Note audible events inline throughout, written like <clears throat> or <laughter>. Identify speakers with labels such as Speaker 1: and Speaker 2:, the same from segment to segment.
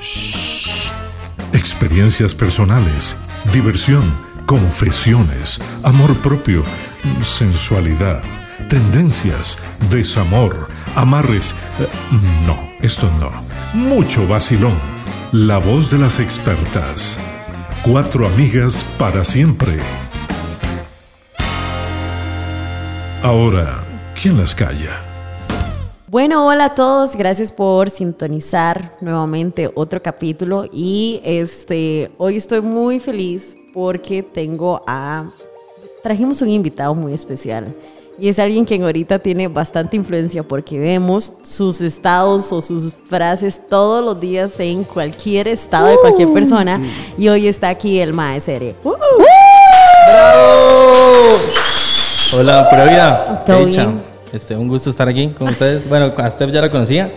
Speaker 1: Shh. Experiencias personales, diversión, confesiones, amor propio, sensualidad, tendencias, desamor, amarres. Eh, No, esto no. Mucho vacilón. La voz de las expertas. Cuatro amigas para siempre. Ahora, ¿quién las calla?
Speaker 2: Bueno, hola a todos, gracias por sintonizar nuevamente otro capítulo y este hoy estoy muy feliz porque tengo a trajimos un invitado muy especial y es alguien que ahorita tiene bastante influencia porque vemos sus estados o sus frases todos los días en cualquier estado de cualquier
Speaker 3: Uh,
Speaker 2: persona y hoy está aquí el maestre.
Speaker 3: Hola, pura vida.
Speaker 2: ¿Todo
Speaker 3: Hey, chao.
Speaker 2: bien?
Speaker 3: Este, un gusto estar aquí con ustedes. Bueno, a Steph ya la conocía.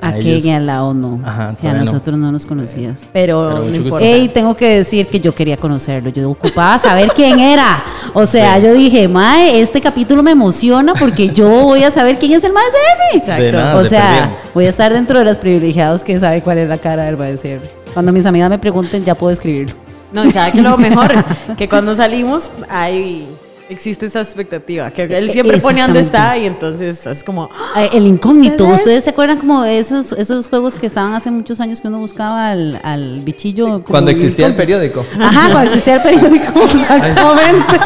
Speaker 3: A
Speaker 4: Aquí
Speaker 3: ellos-
Speaker 4: en el lado no.
Speaker 3: Ajá,
Speaker 4: si a
Speaker 3: todavía no.
Speaker 4: nosotros no nos conocías.
Speaker 2: Pero,
Speaker 3: Pero
Speaker 2: no
Speaker 3: mucho gusto.
Speaker 2: importa.
Speaker 4: Ey, tengo que decir que yo quería conocerlo. Yo ocupaba saber quién era. O sea, yo dije, Mae, este capítulo me emociona porque yo voy a saber quién es el Mae Cerri".
Speaker 3: De nada,
Speaker 4: o
Speaker 3: se
Speaker 4: sea,
Speaker 3: perdieron.
Speaker 4: voy a estar dentro de los privilegiados que sabe cuál es la cara del Mae Cerri. Cuando mis amigas me pregunten, ya puedo escribirlo.
Speaker 2: No, y sabe que lo mejor, que cuando salimos hay, existe esa expectativa, que él siempre pone dónde está y entonces es como, ¡ah!
Speaker 4: Eh, El incógnito.
Speaker 2: ¿Ustedes?
Speaker 4: ¿Ustedes se acuerdan como de esos, esos juegos que estaban hace muchos años que uno buscaba al, al bichillo? como
Speaker 3: Cuando existía el
Speaker 4: incógnito?
Speaker 3: periódico.
Speaker 4: Ajá, cuando existía el periódico, exactamente.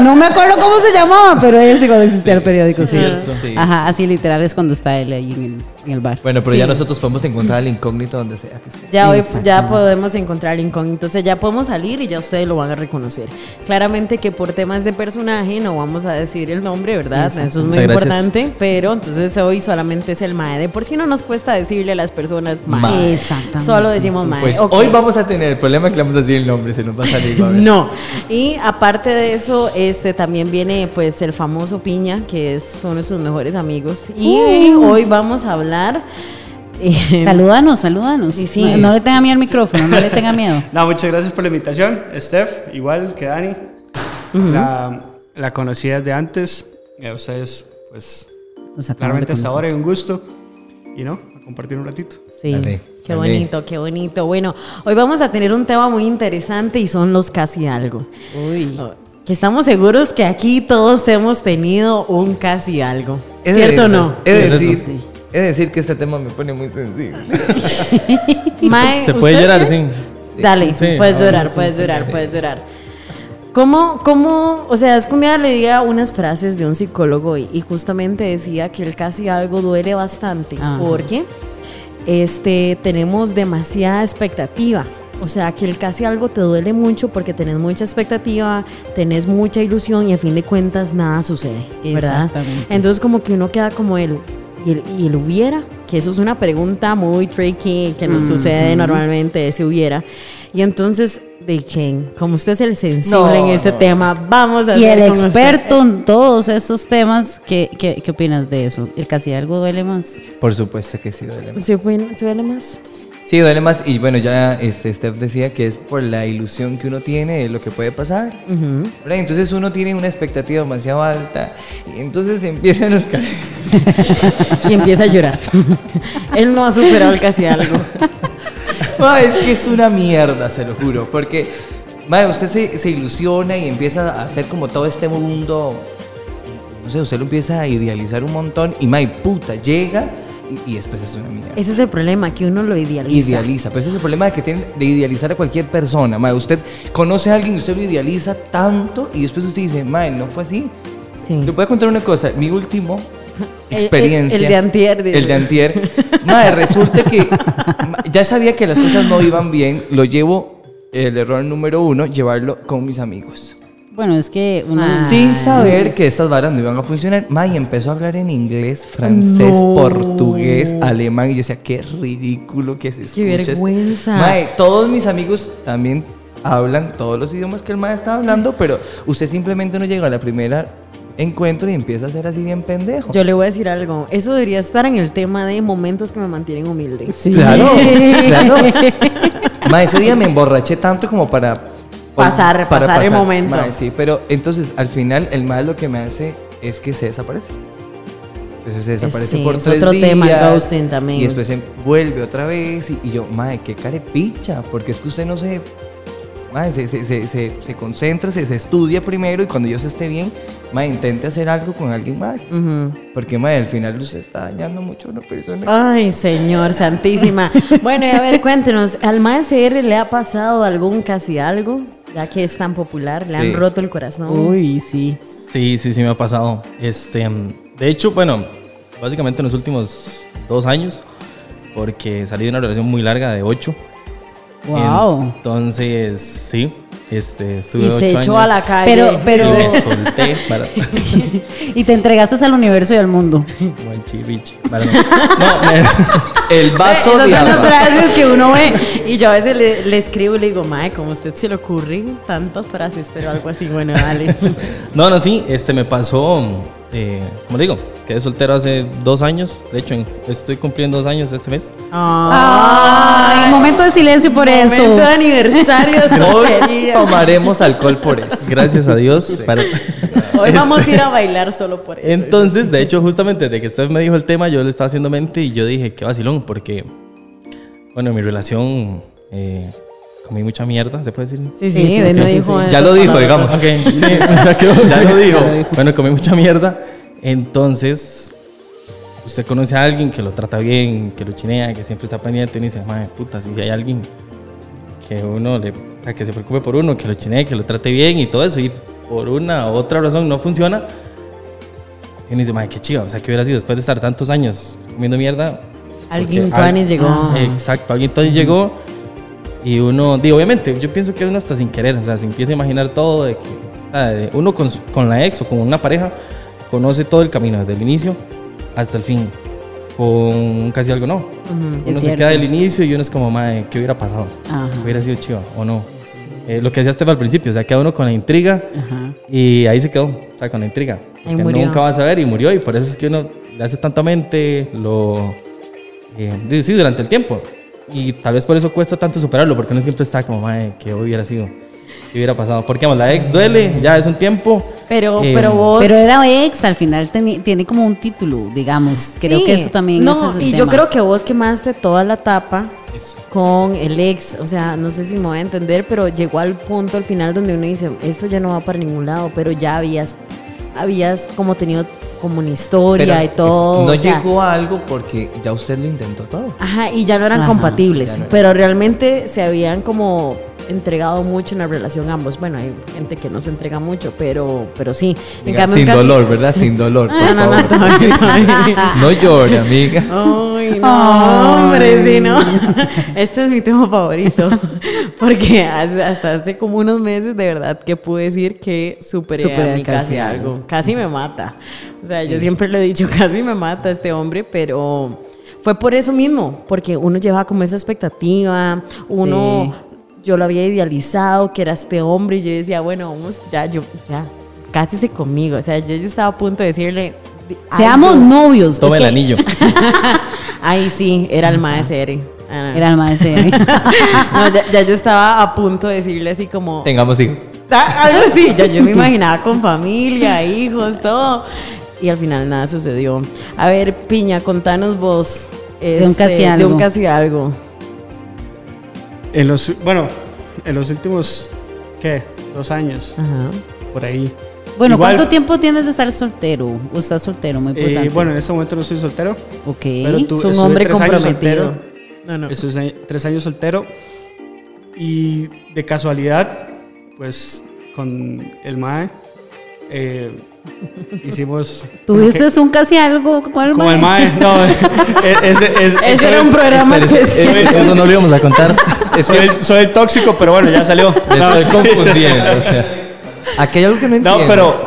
Speaker 4: No me acuerdo cómo se llamaba, pero es cuando existía el periódico, sí.
Speaker 3: cierto. Sí.
Speaker 4: Ajá, así literal es cuando está él ahí en el, en el bar.
Speaker 5: Bueno, pero
Speaker 2: Sí.
Speaker 5: ya nosotros podemos encontrar el incógnito donde sea que esté.
Speaker 2: ya hoy ya
Speaker 4: Exactamente.
Speaker 2: podemos encontrar el incógnito, o sea, ya podemos salir y ya ustedes lo van a reconocer. Claramente que por temas de personaje no vamos a decir el nombre, ¿verdad? Eso es muy
Speaker 3: Muchas gracias.
Speaker 2: importante, pero entonces hoy solamente es el MAE, de por si no nos cuesta decirle a las personas MAE.
Speaker 3: Mae.
Speaker 4: Exactamente.
Speaker 2: Solo decimos MAE.
Speaker 5: Pues
Speaker 2: ok.
Speaker 5: hoy vamos a tener el problema que le vamos a decir el nombre, se nos va a salir. va a ver.
Speaker 2: No. Y aparte de eso, este también viene pues el famoso Piña, que es uno de sus mejores amigos. Y eh, hoy vamos a hablar. <laughs> eh,
Speaker 4: Salúdanos, salúdanos.
Speaker 2: Sí, sí.
Speaker 4: No, no le tenga miedo al micrófono, no le tenga miedo.
Speaker 6: No, muchas gracias por la invitación, Steph, igual que Dani. la, la conocí desde antes, y a ustedes, pues,
Speaker 4: Nos acabamos de
Speaker 6: claramente hasta
Speaker 4: conocer.
Speaker 6: ahora y un gusto. Y no, a compartir un ratito.
Speaker 2: sí.
Speaker 5: Dale,
Speaker 2: Qué
Speaker 5: dale.
Speaker 2: bonito, qué bonito. Bueno, hoy vamos a tener un tema muy interesante y son los casi algo.
Speaker 4: Uy.
Speaker 2: Que estamos seguros que aquí todos hemos tenido un casi algo.
Speaker 5: He de-
Speaker 2: ¿Cierto o no?
Speaker 5: He de
Speaker 3: Eso
Speaker 5: decir,
Speaker 2: sí.
Speaker 5: he de decir que este tema me pone muy sensible.
Speaker 2: Mae,
Speaker 3: Se puede
Speaker 2: Eh, ¿usted
Speaker 3: llorar,
Speaker 2: cree?
Speaker 3: sí.
Speaker 2: Dale,
Speaker 3: Sí.
Speaker 2: puedes
Speaker 3: Ah,
Speaker 2: llorar, puedes llorar, puedes llorar. ¿Cómo, cómo, o sea, es que un día leía unas frases de un psicólogo y, y justamente decía que el casi algo duele bastante
Speaker 4: Ajá.
Speaker 2: porque este, tenemos demasiada expectativa. O sea, que el casi algo te duele mucho porque tenés mucha expectativa, tenés mucha ilusión y a fin de cuentas nada sucede, ¿verdad?
Speaker 4: Exactamente.
Speaker 2: Entonces como que uno queda como el y el, y el hubiera, que eso es una pregunta muy tricky que nos sucede normalmente, ese hubiera. Y entonces, de quién, como usted es el sensible
Speaker 5: No,
Speaker 2: en este
Speaker 5: no.
Speaker 2: tema, vamos a
Speaker 4: Y
Speaker 2: hacer
Speaker 4: el
Speaker 2: con usted.
Speaker 4: experto en todos estos temas, ¿qué, qué, qué opinas de eso? ¿El casi algo duele más?
Speaker 5: Por supuesto que sí duele más.
Speaker 2: ¿Se fue- se duele más?
Speaker 5: Sí, duele más. Y bueno, ya este, Steph decía que es por la ilusión que uno tiene de lo que puede pasar.
Speaker 2: Ujú.
Speaker 5: ¿verdad? Entonces uno tiene una expectativa demasiado alta. Y entonces empiezan los cal-
Speaker 2: Y empieza a llorar. <laughs> Él no ha superado el casi algo.
Speaker 5: <laughs> Ma, es que es una mierda, se lo juro. Porque, madre, usted se, se ilusiona y empieza a hacer como todo este mundo. No sé, usted lo empieza a idealizar un montón y, madre, puta, llega y, y después es una mierda.
Speaker 2: Ese es el problema, que uno lo idealiza.
Speaker 5: Idealiza, pero ese es el problema de que tienen de idealizar a cualquier persona. Mae, usted conoce a alguien y usted lo idealiza tanto y después usted dice, mae, no fue así.
Speaker 2: Sí.
Speaker 5: Le voy a contar una cosa, mi último
Speaker 2: <laughs> El- el-
Speaker 5: experiencia.
Speaker 2: el de antier, dice.
Speaker 5: El de antier. Mae,
Speaker 2: <laughs>
Speaker 5: resulta que ma- ya sabía que las cosas no iban bien, lo llevo, el error número uno, llevarlo con mis amigos.
Speaker 4: Bueno, es que uno...
Speaker 2: Ah.
Speaker 5: Sin saber que estas varas no iban a funcionar, Mae empezó a hablar en inglés, francés,
Speaker 2: No.
Speaker 5: portugués, alemán, y yo decía, qué ridículo que se escucha.
Speaker 2: Qué
Speaker 5: este-".
Speaker 2: vergüenza.
Speaker 5: Mae, todos mis amigos también hablan todos los idiomas que el Mae está hablando, pero usted simplemente no llega a la primera encuentro y empieza a ser así bien pendejo.
Speaker 2: Yo le voy a decir algo. Eso debería estar en el tema de momentos que me mantienen humilde.
Speaker 4: Sí.
Speaker 2: <laughs>
Speaker 5: Claro, claro. Ma, ese día me emborraché tanto como para...
Speaker 2: Pasar, pasar el momento.
Speaker 5: Ma, sí, pero entonces al final el mal lo que me hace es que se desaparece. Entonces se desaparece
Speaker 2: Sí,
Speaker 5: por
Speaker 2: es
Speaker 5: tres
Speaker 2: otro tema, el
Speaker 5: días,
Speaker 2: ghosting también.
Speaker 5: Y después se vuelve otra vez. Y, y yo, madre, qué carepicha. Porque es que usted no se. Madre, se, se- se- se- se concentra, se, se estudia primero. Y cuando yo se esté bien, madre, intente hacer algo con alguien más.
Speaker 2: Ujú.
Speaker 5: Porque, madre, al final usted está dañando mucho a una persona.
Speaker 2: Ay, señor santísima. Bueno, y a ver, cuéntenos, ¿al MASR le ha pasado algún casi algo? Ya que es tan popular, le
Speaker 5: Sí.
Speaker 2: han roto el corazón.
Speaker 4: Uy, sí.
Speaker 3: Sí, sí, sí me ha pasado. Este, mm, de hecho, bueno, básicamente en los últimos dos años, porque salí de una relación muy larga de ocho.
Speaker 4: Wow.
Speaker 3: Entonces, sí, este, estuve
Speaker 2: y
Speaker 3: ocho
Speaker 2: se echó
Speaker 3: años.
Speaker 2: a la calle.
Speaker 4: Pero- pero-
Speaker 3: Y me solté para... <laughs>
Speaker 4: Y te entregaste al universo y al mundo.
Speaker 3: Buen chiriche. Para no- no, me-
Speaker 2: <laughs>
Speaker 5: El vaso
Speaker 2: Esas
Speaker 5: de
Speaker 2: son las
Speaker 5: agua.
Speaker 2: frases que uno ve. Y yo a veces le, le escribo y le digo, Mae, como a usted se le ocurren tantas frases, pero algo así, bueno, dale.
Speaker 3: No, no, sí, este me pasó, eh, como le digo, quedé soltero hace dos años, de hecho en- estoy cumpliendo dos años este mes.
Speaker 4: Ay, momento de silencio Ah, por eso.
Speaker 2: Ah, Momento de aniversario,
Speaker 5: Hoy
Speaker 2: soltería.
Speaker 5: tomaremos alcohol por eso.
Speaker 3: Gracias a Dios. para-
Speaker 2: Hoy vamos a
Speaker 3: Este,
Speaker 2: ir a bailar solo por eso.
Speaker 3: Entonces, de hecho, justamente desde que usted me dijo el tema, yo le estaba haciendo mente y yo dije, qué vacilón, porque, bueno, mi relación, eh, comí mucha mierda, ¿se puede decir?
Speaker 2: Sí, sí,
Speaker 4: Sí,
Speaker 2: de
Speaker 4: sí,
Speaker 2: no
Speaker 4: sí,
Speaker 2: dijo
Speaker 4: sí.
Speaker 2: esas
Speaker 5: Ya lo dijo,
Speaker 2: palabras.
Speaker 5: digamos.
Speaker 3: Ok, sí, ya quedó, ya lo dijo.
Speaker 4: lo dijo.
Speaker 3: Bueno, comí mucha mierda. Entonces, usted conoce a alguien que lo trata bien, que lo chinea, que siempre está pendiente y uno dice, madre puta, si hay alguien que uno le, o sea, que se preocupe por uno, que lo chinee, que lo trate bien y todo eso, y por una u otra razón no funciona. Y uno dice, madre, qué chiva, o sea, que hubiera sido después de estar tantos años comiendo mierda.
Speaker 2: Alguien
Speaker 3: porque al-
Speaker 2: tuanis llegó.
Speaker 3: Exacto, alguien entonces llegó y uno, digo, obviamente, yo pienso que uno hasta sin querer, o sea, se empieza a imaginar todo, de que, o sea, de- uno con, su- con la ex o con una pareja conoce todo el camino, desde el inicio hasta el fin, con casi algo no.
Speaker 4: es
Speaker 3: uno se
Speaker 4: cierto.
Speaker 3: queda del inicio y uno es como, madre, ¿qué hubiera pasado?
Speaker 4: Ajá.
Speaker 3: ¿Hubiera sido chiva o no? Eh, lo que decía Esteban al principio, o sea, queda uno con la intriga
Speaker 4: Ajá.
Speaker 3: y ahí se quedó, o sea, con la intriga.
Speaker 2: Ahí
Speaker 3: Que
Speaker 2: murió.
Speaker 3: Nunca va a saber y murió y por eso es que uno le hace tanta mente, lo... eh, de- sí, durante el tiempo. Y tal vez por eso cuesta tanto superarlo, porque uno siempre está como, madre, que hubiera sido, que hubiera pasado. Porque, vamos, la ex duele, ya es un tiempo.
Speaker 2: Pero,
Speaker 3: Eh,
Speaker 2: pero vos.
Speaker 4: Pero era ex, al final teni- tiene como un título, digamos. Creo
Speaker 2: Sí.
Speaker 4: que eso también
Speaker 2: No,
Speaker 4: ese es
Speaker 2: y
Speaker 4: el
Speaker 2: yo
Speaker 4: tema.
Speaker 2: creo que vos quemaste toda la tapa con el ex. O sea, no sé si me voy a entender, pero llegó al punto al final donde uno dice, esto ya no va para ningún lado, pero ya habías, habías como tenido como una historia
Speaker 5: Pero
Speaker 2: y todo.
Speaker 5: No
Speaker 2: o sea,
Speaker 5: llegó a algo porque ya usted lo intentó todo.
Speaker 2: Ajá, y ya no eran
Speaker 4: Ajá,
Speaker 2: compatibles,
Speaker 5: ya no eran.
Speaker 2: pero realmente se habían como entregado mucho en la relación ambos. Bueno, hay gente que no se entrega mucho, pero, pero sí. En
Speaker 5: Diga,
Speaker 2: cambio,
Speaker 5: sin
Speaker 2: un caso-
Speaker 5: dolor, ¿verdad? Sin dolor, por
Speaker 2: Ah, No, no, no,
Speaker 5: favor.
Speaker 2: todavía
Speaker 5: <laughs> No llore, amiga.
Speaker 2: Ay, no,
Speaker 4: Ay.
Speaker 2: hombre, sí, ¿no? <laughs> Este es mi tema favorito. Porque hace- hasta hace como unos meses, de verdad, que pude decir que superé,
Speaker 4: Superé
Speaker 2: a mí
Speaker 4: casi
Speaker 2: casi algo. Casi me mata. O sea, yo siempre le he dicho, <laughs> casi me mata este hombre, pero fue por eso mismo. Porque uno lleva como esa expectativa, uno. Yo lo había idealizado, que era este hombre, y yo decía, bueno, vamos, ya, yo, ya, cásese conmigo. O sea, yo, yo estaba a punto de decirle.
Speaker 4: Seamos
Speaker 2: algo.
Speaker 4: novios.
Speaker 3: Toma
Speaker 4: es
Speaker 3: el
Speaker 4: que
Speaker 3: anillo.
Speaker 2: <laughs> Ahí sí, era el maestre. Ah, no.
Speaker 4: Era el maestro.
Speaker 2: <laughs> No, ya, ya yo estaba a punto de decirle así como.
Speaker 5: Tengamos hijos.
Speaker 2: "Ah", Algo así. Ya yo me imaginaba con familia, hijos, todo. Y al final nada sucedió. A ver, Piña, contanos vos.
Speaker 4: un
Speaker 2: este,
Speaker 4: casi
Speaker 2: De un
Speaker 4: algo.
Speaker 2: casi algo.
Speaker 6: En los, bueno, en los últimos, ¿qué? Dos años,
Speaker 2: Ajá.
Speaker 6: por ahí.
Speaker 4: Bueno,
Speaker 6: Igual,
Speaker 4: ¿cuánto tiempo tienes de estar soltero? O estás soltero, muy
Speaker 6: eh,
Speaker 4: importante.
Speaker 6: bueno, en este momento no soy soltero.
Speaker 4: ok.
Speaker 6: pero tú-
Speaker 2: Es un
Speaker 6: estuve
Speaker 2: hombre
Speaker 6: tres años
Speaker 2: comprometido.
Speaker 6: soltero.
Speaker 2: No, no.
Speaker 6: Estuve tres años- eh, tres años soltero. Y de casualidad, pues con el MAE, eh,
Speaker 2: <laughs>
Speaker 6: hicimos.
Speaker 4: ¿Tuviste un casi algo con el
Speaker 6: Con el
Speaker 4: maestro?
Speaker 6: MAE, no. e- ese, es-
Speaker 2: Ese era
Speaker 6: soy-
Speaker 2: un programa especial.
Speaker 3: Eso no lo íbamos
Speaker 5: <laughs>
Speaker 3: a contar.
Speaker 6: Soy el, soy el tóxico, pero bueno, ya salió.
Speaker 5: Me
Speaker 6: No.
Speaker 5: estoy confundiendo. o sea. Aquí hay algo que no
Speaker 6: No,
Speaker 5: entiendo.
Speaker 6: pero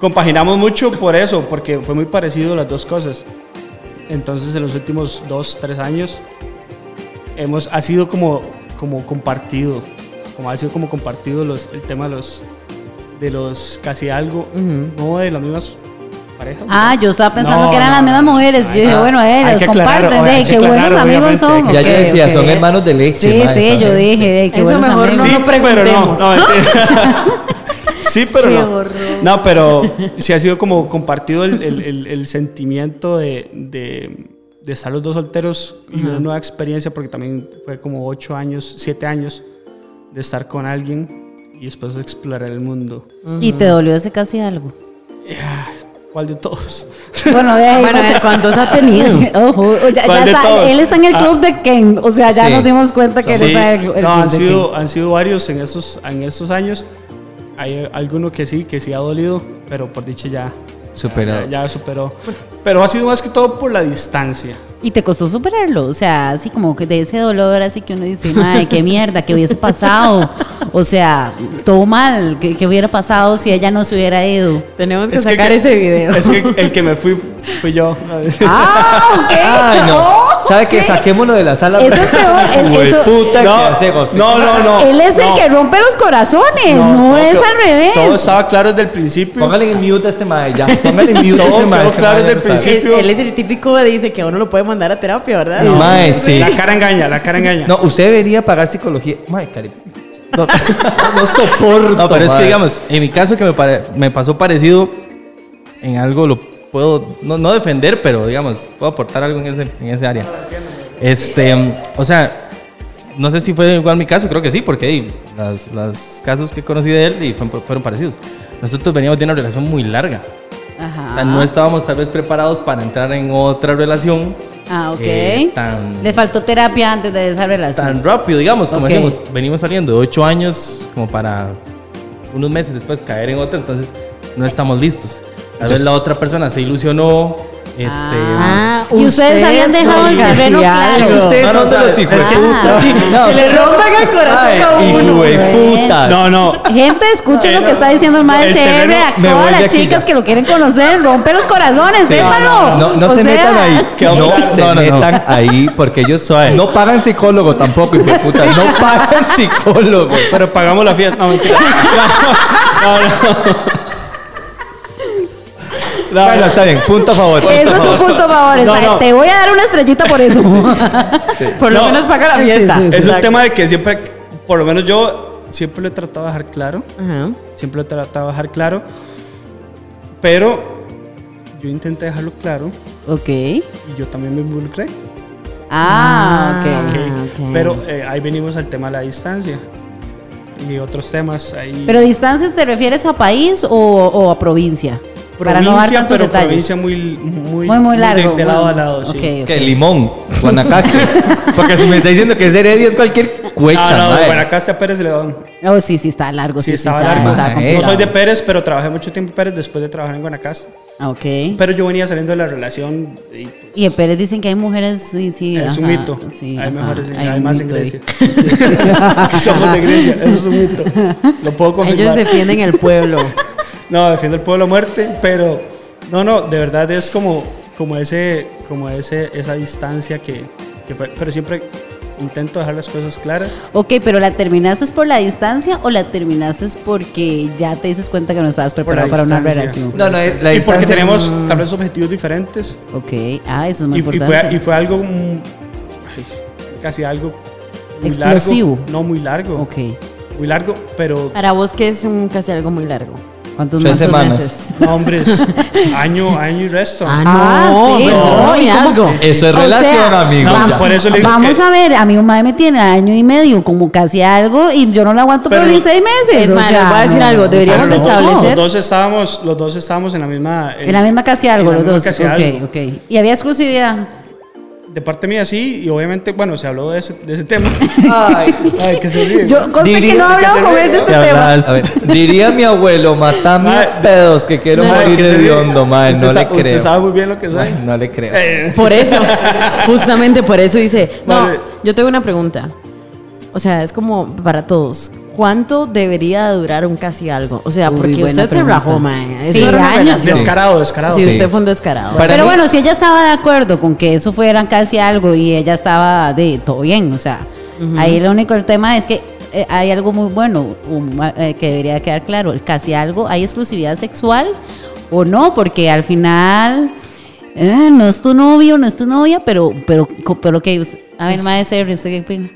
Speaker 6: compaginamos mucho por eso, porque fue muy parecido las dos cosas. Entonces, en los últimos dos, tres años, hemos, ha sido como, como compartido, como ha sido como compartido los, el tema de los, de los casi algo, no de las mismas parejas.
Speaker 4: Ah, yo estaba pensando
Speaker 6: No,
Speaker 4: que eran
Speaker 6: no,
Speaker 4: las mismas
Speaker 6: no.
Speaker 4: mujeres.
Speaker 6: Ay,
Speaker 4: yo dije,
Speaker 6: no.
Speaker 4: bueno, eh,
Speaker 6: Hay
Speaker 4: los
Speaker 6: que aclarar,
Speaker 4: comparten,
Speaker 6: hay
Speaker 4: eh,
Speaker 6: que
Speaker 4: qué
Speaker 6: aclarar,
Speaker 4: buenos amigos
Speaker 6: obviamente,
Speaker 4: son.
Speaker 6: hay
Speaker 5: Ya
Speaker 4: ok,
Speaker 5: yo decía,
Speaker 4: ok.
Speaker 5: son hermanos de leche.
Speaker 4: Sí,
Speaker 5: mae,
Speaker 4: sí, yo
Speaker 5: también.
Speaker 4: dije, eh, qué
Speaker 2: Eso
Speaker 4: buenos
Speaker 2: mejor no
Speaker 4: amigos.
Speaker 2: lo
Speaker 6: pero no,
Speaker 2: preguntemos.
Speaker 6: no, mentira. <laughs> Sí, pero
Speaker 2: Qué
Speaker 6: no.
Speaker 2: horror.
Speaker 6: No, pero sí ha sido como compartido el, el- el- el sentimiento de, de- de estar los dos solteros y una nueva experiencia, porque también fue como ocho años, siete años de estar con alguien y después explorar el mundo.
Speaker 4: Y te dolió ese casi algo.
Speaker 6: ¿Cuál de todos?
Speaker 4: Bueno, de ahí,
Speaker 2: Bueno,
Speaker 4: no
Speaker 2: a
Speaker 4: sé.
Speaker 2: ver, ¿cuántos ha tenido?
Speaker 4: <laughs> Ojo, o ya-
Speaker 6: ¿Cuál
Speaker 4: ya
Speaker 6: de
Speaker 4: está-
Speaker 6: todos?
Speaker 4: él está en el club de Ken. O sea, ya
Speaker 5: Sí.
Speaker 4: nos dimos cuenta que él
Speaker 6: Sí.
Speaker 4: está en el, el
Speaker 6: No,
Speaker 4: club
Speaker 6: han
Speaker 4: de Ken.
Speaker 6: sido, han sido varios en esos, en esos años. Hay alguno que sí, que sí ha dolido, pero por dicha ya,
Speaker 5: Superado.
Speaker 6: ya, ya superó. Pero ha sido más que todo por la distancia.
Speaker 4: Y te costó superarlo. O sea, así como que de ese dolor, así que uno dice, madre, qué mierda, qué hubiese pasado. O sea, todo mal, que, que hubiera pasado si ella no se hubiera ido.
Speaker 2: Tenemos que
Speaker 6: Es que-
Speaker 2: sacar
Speaker 6: que-
Speaker 2: ese video.
Speaker 6: Es que el que me fui fui yo.
Speaker 4: ¡Ah, ok!
Speaker 5: Ay, no.
Speaker 4: Oh,
Speaker 5: ¿Sabe qué?
Speaker 4: ok.
Speaker 5: Saquémonos de la sala. pues.
Speaker 4: Eso es peor, el-
Speaker 5: Güey,
Speaker 4: eso-
Speaker 5: puta
Speaker 6: No,
Speaker 5: que hace José.
Speaker 6: no, no, no.
Speaker 4: Ah, Él es el
Speaker 6: no.
Speaker 4: que rompe los corazones, no,
Speaker 6: No, no,
Speaker 4: es
Speaker 6: que-
Speaker 4: al revés.
Speaker 6: Todo estaba claro desde el principio.
Speaker 5: Póngale en mute a este mae <laughs> ya. Póngale en mute a
Speaker 6: Todo
Speaker 5: este mae.
Speaker 6: quedó
Speaker 5: este
Speaker 6: claro
Speaker 5: mae ya
Speaker 6: desde
Speaker 5: lo
Speaker 6: el
Speaker 5: sabe.
Speaker 6: principio.
Speaker 2: Él, él es el típico que dice que a uno lo puede mandar a terapia, ¿verdad?
Speaker 5: No. Mae, sí.
Speaker 6: La cara engaña, la cara engaña.
Speaker 5: No, usted debería pagar psicología. Mae, cari- No, <laughs> no soporto.
Speaker 3: No, pero es que
Speaker 5: mae.
Speaker 3: digamos, en mi caso que me, pare- me pasó parecido, en algo lo puedo, no, no defender, pero digamos, puedo aportar algo en ese, en ese área. Este, mm, o sea, no sé si fue igual mi caso, creo que sí, porque di, las- los casos que conocí de él y fueron, fueron parecidos. Nosotros veníamos de una relación muy larga. O sea,
Speaker 4: Ajá.
Speaker 3: no estábamos tal vez preparados para entrar en otra relación
Speaker 4: Ah, ok.
Speaker 3: eh, tan-
Speaker 4: Le faltó terapia antes de esa relación.
Speaker 3: tan rápido, digamos, como
Speaker 4: Ok.
Speaker 3: decimos, venimos saliendo de ocho años como para unos meses después caer en otra, entonces no estamos listos. Tal vez la otra persona se ilusionó, este...
Speaker 2: Ah,
Speaker 4: Y ustedes habían dejado el
Speaker 2: oiga,
Speaker 4: terreno
Speaker 2: sí,
Speaker 5: Es
Speaker 4: claro.
Speaker 5: que
Speaker 2: algo.
Speaker 5: ustedes
Speaker 3: No, no,
Speaker 5: son de
Speaker 3: sabe,
Speaker 5: los hijos de
Speaker 4: es que-
Speaker 5: puta. No,
Speaker 4: Ah.
Speaker 2: Que le
Speaker 5: ustedes-
Speaker 2: rompan el corazón
Speaker 5: Ay,
Speaker 2: a
Speaker 5: hijo
Speaker 2: uno.
Speaker 5: de
Speaker 4: güey.
Speaker 5: putas.
Speaker 6: No, no.
Speaker 4: Gente, escuchen lo que está diciendo el
Speaker 6: El
Speaker 4: maestro CR.
Speaker 6: terreno-
Speaker 4: A
Speaker 5: me voy
Speaker 4: todas
Speaker 5: de
Speaker 4: las
Speaker 5: aquí
Speaker 4: chicas
Speaker 5: ya.
Speaker 4: que lo quieren conocer, rompe los corazones,
Speaker 5: Sí,
Speaker 4: déjalo.
Speaker 5: No, no
Speaker 4: O
Speaker 5: se
Speaker 4: sea,
Speaker 5: metan ahí.
Speaker 6: quedó
Speaker 5: No
Speaker 6: claro.
Speaker 5: se
Speaker 3: No, no, no.
Speaker 5: metan ahí porque yo soy. No pagan psicólogo tampoco, hijo de puta. No pagan psicólogo.
Speaker 6: Pero pagamos la fiesta. No, mentira. <laughs> No, no, no. No,
Speaker 5: Bueno, está bien. Punto a favor.
Speaker 4: Eso es un punto a favor.
Speaker 6: No,
Speaker 4: está-
Speaker 6: no.
Speaker 4: Te voy a dar una estrellita por eso. <laughs>
Speaker 2: Por lo
Speaker 6: No.
Speaker 2: menos paga la
Speaker 4: Sí, sí,
Speaker 2: fiesta.
Speaker 4: sí, sí.
Speaker 6: Es un
Speaker 2: Exacto.
Speaker 6: tema de que siempre, por lo menos yo, siempre lo he tratado de dejar claro.
Speaker 2: Ajá.
Speaker 6: Siempre lo he tratado de dejar claro. Pero yo intenté dejarlo claro
Speaker 4: ok.
Speaker 6: y yo también me involucré.
Speaker 4: Ah,
Speaker 2: Ah,
Speaker 4: ok.
Speaker 2: ok.
Speaker 6: Pero eh, ahí venimos al tema de la distancia y otros temas ahí.
Speaker 4: Pero distancia, ¿te refieres a país o, o a provincia? Para no dar
Speaker 6: Provincia,
Speaker 4: tantos
Speaker 6: pero
Speaker 4: detalles.
Speaker 6: provincia muy, muy,
Speaker 4: muy, muy
Speaker 6: de-
Speaker 4: largo.
Speaker 6: De, este lado
Speaker 4: muy-
Speaker 6: a lado, sí.
Speaker 4: ok, ok.
Speaker 5: Que limón,
Speaker 4: <laughs>
Speaker 5: Guanacaste. Porque si me está diciendo que es Heredia es cualquier
Speaker 6: Ah,
Speaker 5: cuecha,
Speaker 6: no,
Speaker 5: mae.
Speaker 6: de Guanacaste a Pérez León.
Speaker 4: Oh, sí, sí, está largo. Sí,
Speaker 6: Sí,
Speaker 4: sí,
Speaker 6: estaba
Speaker 4: está-
Speaker 6: largo.
Speaker 4: está
Speaker 5: Ajá,
Speaker 4: complicado.
Speaker 6: No Ah, soy de Pérez, pero trabajé mucho tiempo en Pérez después de trabajar en Guanacaste.
Speaker 4: Ah, Ok.
Speaker 6: Pero yo venía saliendo de la relación y pues,
Speaker 4: Y en Pérez dicen que hay mujeres, sí, sí.
Speaker 6: es un
Speaker 4: ajá,
Speaker 6: mito.
Speaker 4: sí,
Speaker 6: hay
Speaker 4: ajá,
Speaker 6: mejores, en-
Speaker 4: hay
Speaker 6: hay,
Speaker 4: un
Speaker 6: más en
Speaker 4: mito ahí. <laughs>
Speaker 6: Grecia. <laughs> Que Somos de Grecia, eso es un mito. Lo puedo
Speaker 4: <laughs>
Speaker 6: confirmar.
Speaker 2: Ellos defienden el pueblo.
Speaker 6: <laughs> No, defiendo el pueblo a muerte, pero no, no, de verdad es como, como, ese, como ese, esa distancia que, que fue. Pero siempre intento dejar las cosas claras.
Speaker 4: Ok, pero ¿la terminaste por la distancia o la terminaste porque ya te dices cuenta que no estabas
Speaker 6: por la
Speaker 4: preparado para una
Speaker 6: distancia.
Speaker 4: relación?
Speaker 5: No, no, es- la
Speaker 6: y porque
Speaker 5: distancia-
Speaker 6: tenemos tal vez objetivos diferentes.
Speaker 4: Ok, ah, eso es muy
Speaker 6: Y, y
Speaker 4: importante.
Speaker 6: fue, y fue algo. mm, ay, casi algo. muy largo.
Speaker 4: Explosivo.
Speaker 6: no, muy largo.
Speaker 4: Ok.
Speaker 6: Muy largo, pero.
Speaker 2: Para vos que es un casi algo muy largo.
Speaker 4: ¿Cuántos
Speaker 5: Tres
Speaker 4: meses?
Speaker 5: semanas.
Speaker 6: No, hombres. año, año y resto.
Speaker 4: Ah, sí,
Speaker 2: pero
Speaker 4: no, ¿y cómo?
Speaker 2: noviazgo.
Speaker 5: Eso es
Speaker 4: O
Speaker 5: relación,
Speaker 4: sea,
Speaker 5: amigo.
Speaker 6: no,
Speaker 5: ya.
Speaker 6: Eh, por eso le digo
Speaker 4: Vamos
Speaker 6: que-
Speaker 4: a ver, a mi mamá me tiene año y medio, como casi algo, y yo no la aguanto por
Speaker 6: Pero-
Speaker 4: ni seis meses.
Speaker 2: Es
Speaker 4: o
Speaker 2: más,
Speaker 4: sea,
Speaker 2: les voy a decir
Speaker 4: no,
Speaker 2: algo,
Speaker 4: no,
Speaker 2: deberíamos
Speaker 4: no,
Speaker 6: Pero los dos-
Speaker 2: restablecer.
Speaker 6: Los dos estábamos, los dos estábamos en la misma. eh,
Speaker 4: En la misma casi algo,
Speaker 6: en la
Speaker 4: los
Speaker 6: misma
Speaker 4: dos.
Speaker 6: casi
Speaker 4: ok,
Speaker 6: algo.
Speaker 4: ok. Y había exclusividad.
Speaker 6: De parte mía sí, y obviamente, bueno, se habló de ese, de ese tema.
Speaker 5: Ay.
Speaker 6: Ay, que se ríe.
Speaker 4: Yo, cosa que
Speaker 5: Diría-
Speaker 4: no he hablado con él de este
Speaker 5: Ya
Speaker 4: tema.
Speaker 5: hablas. A ver, diría mi abuelo, matame a
Speaker 6: Mae.
Speaker 5: pedos que quiero
Speaker 6: Ay,
Speaker 5: morir
Speaker 6: que se
Speaker 5: de
Speaker 6: ríe.
Speaker 5: hondo, mae.
Speaker 6: Usted
Speaker 5: No
Speaker 6: sa-
Speaker 5: le
Speaker 6: Usted
Speaker 5: creo.
Speaker 6: sabe muy bien lo que soy.
Speaker 5: Mae, No le creo.
Speaker 6: Eh,
Speaker 2: Por eso, justamente por eso dice. No,
Speaker 6: Vale.
Speaker 2: yo tengo una pregunta. O sea, es como para todos. ¿Cuánto debería durar un casi algo? O sea,
Speaker 4: Uy,
Speaker 2: porque
Speaker 4: buena
Speaker 2: usted se
Speaker 4: pregunta.
Speaker 2: rajó, mae. Eso
Speaker 4: Sí,
Speaker 2: era una
Speaker 4: años.
Speaker 2: relación.
Speaker 6: descarado, descarado.
Speaker 2: Sí,
Speaker 5: Sí.
Speaker 2: usted fue un descarado.
Speaker 5: Para
Speaker 4: Pero
Speaker 5: mí-
Speaker 4: bueno, si ella estaba de acuerdo con que eso fueran casi algo y ella estaba de todo bien, o sea, ahí lo único el tema es que eh, hay algo muy bueno um, eh, que debería quedar claro, el casi algo, ¿hay exclusividad sexual o no? Porque al final eh, no es tu novio, no es tu novia, pero pero co- pero que usted- a ver, maestro, ¿usted qué opina?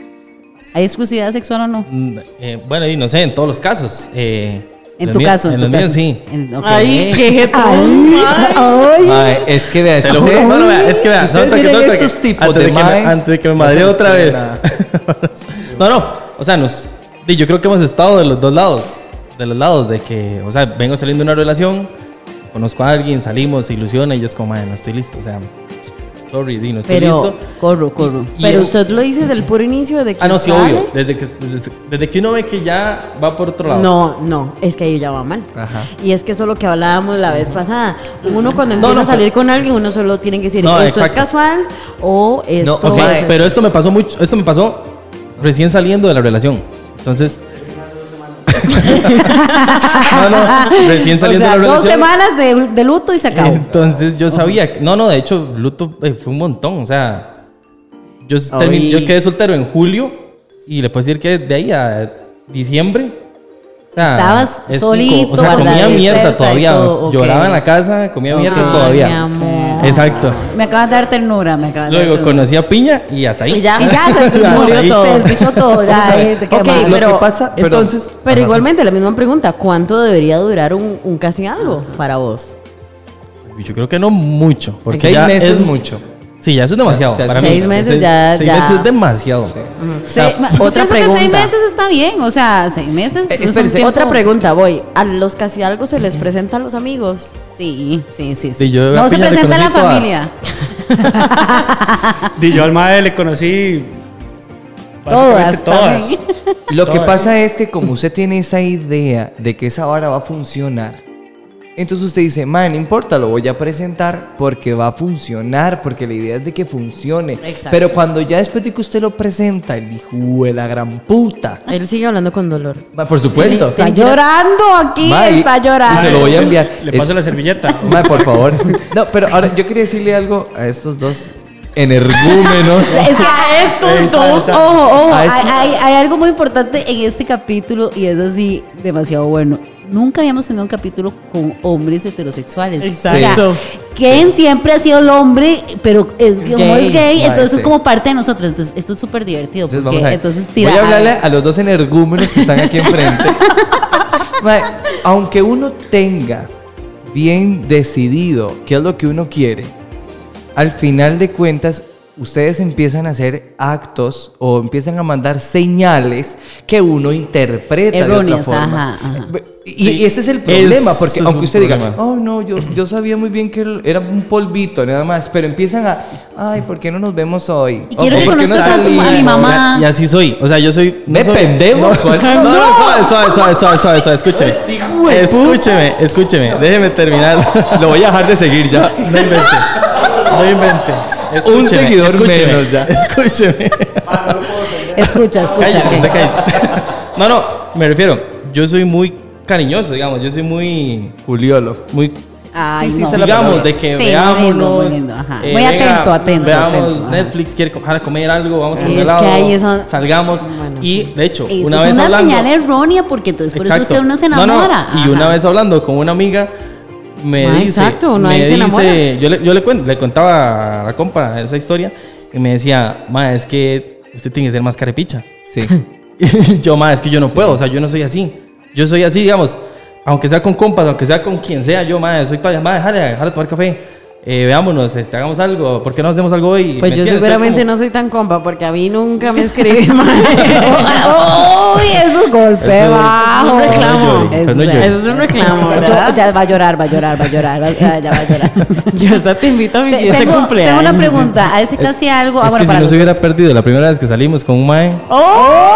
Speaker 4: ¿Hay exclusividad sexual o no?
Speaker 3: Mm, eh, bueno, y no sé, en todos los casos. eh,
Speaker 4: En
Speaker 3: Los
Speaker 4: tu
Speaker 3: míos-
Speaker 4: caso, en
Speaker 3: en
Speaker 4: tu
Speaker 3: los
Speaker 4: caso.
Speaker 3: míos sí.
Speaker 4: En- ok.
Speaker 2: Ay, qué jetón,
Speaker 4: Ay, ay.
Speaker 5: Mae, es que vea, si
Speaker 3: Te lo
Speaker 5: usted-
Speaker 3: juro, no, no, vea, es que vea,
Speaker 5: si ustedes
Speaker 3: nota que-
Speaker 5: miren
Speaker 3: nota que-
Speaker 5: estos tipos
Speaker 3: antes
Speaker 5: de
Speaker 3: que me-
Speaker 5: maes,
Speaker 3: antes de que me
Speaker 5: no
Speaker 3: madre
Speaker 5: se les
Speaker 3: otra
Speaker 5: cree
Speaker 3: vez.
Speaker 5: nada.
Speaker 3: <laughs> no, no, o sea, nos, y yo creo que hemos estado de los dos lados, de los lados de que, o sea, vengo saliendo de una relación, conozco a alguien, salimos, se ilusiona y yo es como, "Mae, no estoy listo, o sea, sorry, di, no estoy
Speaker 4: Pero,
Speaker 3: listo.
Speaker 4: corro, corro.
Speaker 3: Y
Speaker 2: Pero
Speaker 3: el-
Speaker 2: usted lo dice desde el puro inicio de que
Speaker 3: Ah, no, sí,
Speaker 2: sale.
Speaker 3: obvio. Desde que, desde, desde que uno ve que ya va por otro lado.
Speaker 2: No, no, es que ahí ya va mal.
Speaker 5: Ajá.
Speaker 2: Y es que eso es lo que hablábamos la vez pasada. Uno cuando empieza
Speaker 3: no,
Speaker 2: a salir con alguien, uno solo tiene que decir,
Speaker 3: No,
Speaker 2: esto
Speaker 3: exacto.
Speaker 2: es casual o esto
Speaker 3: Ok,
Speaker 2: es...
Speaker 3: pero esto me pasó mucho, esto me pasó recién saliendo de la relación. Entonces. no, no, recién
Speaker 4: O
Speaker 3: saliendo
Speaker 4: sea,
Speaker 3: de la
Speaker 4: dos
Speaker 3: relación.
Speaker 4: semanas de, de luto y se acabó.
Speaker 3: Entonces yo sabía, no, no, de hecho, luto eh, fue un montón, o sea, yo, terminé- yo quedé soltero en julio y le puedo decir que de ahí a diciembre. o sea,
Speaker 4: Estabas
Speaker 3: es
Speaker 4: solito,
Speaker 3: O sea,
Speaker 4: con la
Speaker 3: comía mierda
Speaker 4: tristeza y
Speaker 3: todavía.
Speaker 4: todo, ok.
Speaker 3: Lloraba en la casa, comía mierda
Speaker 2: Ay,
Speaker 3: <laughs> todavía.
Speaker 2: mi
Speaker 3: <laughs>
Speaker 2: amor.
Speaker 3: Exacto.
Speaker 4: Me acabas de dar ternura, me acabas de dar
Speaker 3: Luego
Speaker 4: ternura.
Speaker 3: conocí a Piña y hasta ahí.
Speaker 2: Y ya,
Speaker 4: Y ya se despichó,
Speaker 3: Hasta
Speaker 4: murió
Speaker 3: ahí.
Speaker 4: todo. Se despichó todo. Ya, eh, te
Speaker 2: Ok,
Speaker 4: quema.
Speaker 2: lo pero-
Speaker 5: que pasa- perdón.
Speaker 3: Entonces,
Speaker 2: Pero igualmente, la misma pregunta, ¿cuánto debería durar un, un casi algo para vos?
Speaker 3: yo creo que no mucho. Porque
Speaker 5: Seis
Speaker 3: ya
Speaker 5: meses
Speaker 3: es
Speaker 5: mucho.
Speaker 3: Sí, ya eso es demasiado.
Speaker 5: O sea,
Speaker 3: para mí.
Speaker 2: seis meses
Speaker 3: Seis-
Speaker 2: ya-
Speaker 3: Seis
Speaker 2: ya.
Speaker 3: meses es demasiado.
Speaker 4: Se-
Speaker 3: Ah,
Speaker 4: ma- yo
Speaker 2: otra
Speaker 4: pienso que seis
Speaker 2: pregunta.
Speaker 4: meses está bien, o sea, seis meses.
Speaker 5: Eh,
Speaker 4: es un
Speaker 5: espérese,
Speaker 4: tiempo-
Speaker 2: Otra pregunta, voy. ¿A los casi algo se les presenta a los amigos?
Speaker 4: Sí, sí, sí. sí.
Speaker 3: Sí, yo a
Speaker 4: no se
Speaker 3: Piña le
Speaker 4: presenta la
Speaker 3: conocí todas.
Speaker 4: familia.
Speaker 6: Y yo al mae le conocí. básicamente
Speaker 4: Todas,
Speaker 6: Todas.
Speaker 4: también.
Speaker 5: Lo que
Speaker 6: Todo
Speaker 5: pasa es que como usted tiene esa idea de que esa vara va a funcionar, entonces usted dice, man, no importa, lo voy a presentar porque va a funcionar, porque la idea es de que funcione.
Speaker 2: Exacto.
Speaker 5: Pero cuando ya después de que usted lo presenta, el hijo de la gran puta.
Speaker 2: Él sigue hablando con dolor.
Speaker 5: Ma, por supuesto.
Speaker 4: Está llorando aquí,
Speaker 5: Ma, y-
Speaker 4: está
Speaker 5: y se
Speaker 4: llorando.
Speaker 5: lo voy a enviar. Eh,
Speaker 6: Le paso la servilleta.
Speaker 5: Ma, por favor. <laughs> No, pero ahora yo quería decirle algo a estos dos energúmenos.
Speaker 4: <laughs> Es que a
Speaker 6: Ey,
Speaker 4: estos
Speaker 6: sal,
Speaker 4: dos,
Speaker 6: sal.
Speaker 4: ojo, ojo,
Speaker 5: A
Speaker 4: hay,
Speaker 5: estos-
Speaker 4: hay- hay algo muy importante en este capítulo y es así demasiado bueno. Nunca habíamos tenido un capítulo con hombres heterosexuales.
Speaker 2: Exacto.
Speaker 4: O sea, Ken siempre ha sido el hombre, pero es, como
Speaker 5: Gay.
Speaker 4: es gay,
Speaker 5: Vale,
Speaker 4: entonces
Speaker 5: sí.
Speaker 4: es como parte de nosotros. Entonces, esto es súper divertido.
Speaker 5: Entonces,
Speaker 4: porque
Speaker 5: vamos a ver.
Speaker 4: entonces tira
Speaker 5: Voy a hablarle
Speaker 4: algo.
Speaker 5: a los dos energúmenos que están aquí
Speaker 4: <laughs>
Speaker 5: enfrente. Mae, aunque uno tenga bien decidido qué es lo que uno quiere, al final de cuentas, ustedes empiezan a hacer actos o empiezan a mandar señales que uno interpreta de otra
Speaker 4: Erróneas,
Speaker 5: forma.
Speaker 4: ajá, ajá.
Speaker 5: Y, y
Speaker 3: Sí.
Speaker 5: ese es el problema,
Speaker 3: Eso
Speaker 5: porque
Speaker 3: es
Speaker 5: aunque
Speaker 3: un
Speaker 5: usted diga,
Speaker 3: problema.
Speaker 5: oh no, yo, yo sabía muy bien que era un polvito, nada más, pero empiezan a, ay, ¿por qué no nos vemos hoy?
Speaker 4: Y quiero
Speaker 5: O,
Speaker 4: que
Speaker 5: "¿Por qué no
Speaker 4: conozcas a, tu- a mi
Speaker 5: salimos?"
Speaker 4: mamá.
Speaker 3: Y así soy. O sea, yo soy. no
Speaker 5: Ve
Speaker 3: soy-
Speaker 5: pendejo, <laughs>
Speaker 3: No,
Speaker 5: suelta.
Speaker 3: no, no, suave, suave, suave, suave, suave, suave. Escúcheme.
Speaker 5: Este
Speaker 3: Escúcheme, escúcheme. Déjeme terminar.
Speaker 5: <laughs> Lo voy a dejar de seguir ya.
Speaker 3: No invente. No invente.
Speaker 5: Un seguidor
Speaker 3: escúcheme,
Speaker 5: menos ya.
Speaker 3: Escúcheme.
Speaker 4: Escucha,
Speaker 2: <laughs>
Speaker 4: escucha.
Speaker 3: Cállate,
Speaker 4: Ken.
Speaker 3: usted cállese. <laughs> No, no, me refiero. Yo soy muy cariñoso, digamos. Yo soy muy.
Speaker 5: Juliolo.
Speaker 3: Muy
Speaker 4: Ay,
Speaker 5: Sí, sí,
Speaker 4: no.
Speaker 5: se la-
Speaker 3: digamos,
Speaker 5: palabra.
Speaker 3: de que
Speaker 4: Sí, muy
Speaker 3: veámonos. eh,
Speaker 4: lindo, muy lindo, ajá. Muy atento, atento,
Speaker 3: Veamos
Speaker 4: atento, ajá.
Speaker 3: Netflix, quiere co- ah, comer algo, vamos a
Speaker 2: Es
Speaker 3: un
Speaker 2: que
Speaker 3: helado,
Speaker 2: ahí eso-
Speaker 3: salgamos.
Speaker 2: Bueno,
Speaker 3: y de hecho,
Speaker 4: Ah, Eso
Speaker 3: una
Speaker 4: es
Speaker 3: vez
Speaker 4: una
Speaker 3: hablando.
Speaker 4: señal errónea porque entonces por eso es
Speaker 3: Exacto.
Speaker 4: que uno se
Speaker 3: No,
Speaker 4: enamora.
Speaker 3: no, Y una
Speaker 4: Ajá.
Speaker 3: vez hablando con una amiga, me
Speaker 2: Ah,
Speaker 3: dice.
Speaker 2: exacto, uno
Speaker 3: me
Speaker 2: ahí se enamora.
Speaker 3: dice yo le, yo le, cuen- le contaba a la compa esa historia y me decía, ma, es que usted tiene que ser más carepicha.
Speaker 5: Sí.
Speaker 3: Y <laughs> yo, ma, es que yo no puedo, o sea, yo no soy así. Yo soy así, digamos, aunque sea con compas, aunque sea con quien sea, yo, ma, soy todavía, ma, déjale, déjale tomar café. Eh, veámonos, este, hagamos algo, ¿por qué no hacemos algo hoy?
Speaker 2: Pues yo seguramente no soy tan compa porque a mí nunca <laughs> me escribe mae.
Speaker 4: <laughs> ¡Uy! Eso es golpe
Speaker 3: Eso-
Speaker 2: Eso
Speaker 4: bajo.
Speaker 2: es un reclamo.
Speaker 3: Pero no llore, pero no llore.
Speaker 2: Eso es un reclamo, ¿verdad?
Speaker 4: Yo- ya va a llorar, va a llorar, va a llorar. va- ya, ya va a
Speaker 2: <laughs>
Speaker 4: llorar.
Speaker 2: Yo hasta te invito a mi
Speaker 4: Te-
Speaker 2: fiesta de
Speaker 4: tengo,
Speaker 2: cumpleaños.
Speaker 4: tengo una pregunta. A ese casi algo. ah,
Speaker 3: Es
Speaker 4: bueno,
Speaker 3: que si
Speaker 4: para
Speaker 3: no
Speaker 4: los
Speaker 3: se hubiera
Speaker 4: dos.
Speaker 3: perdido la primera vez que salimos con un mae,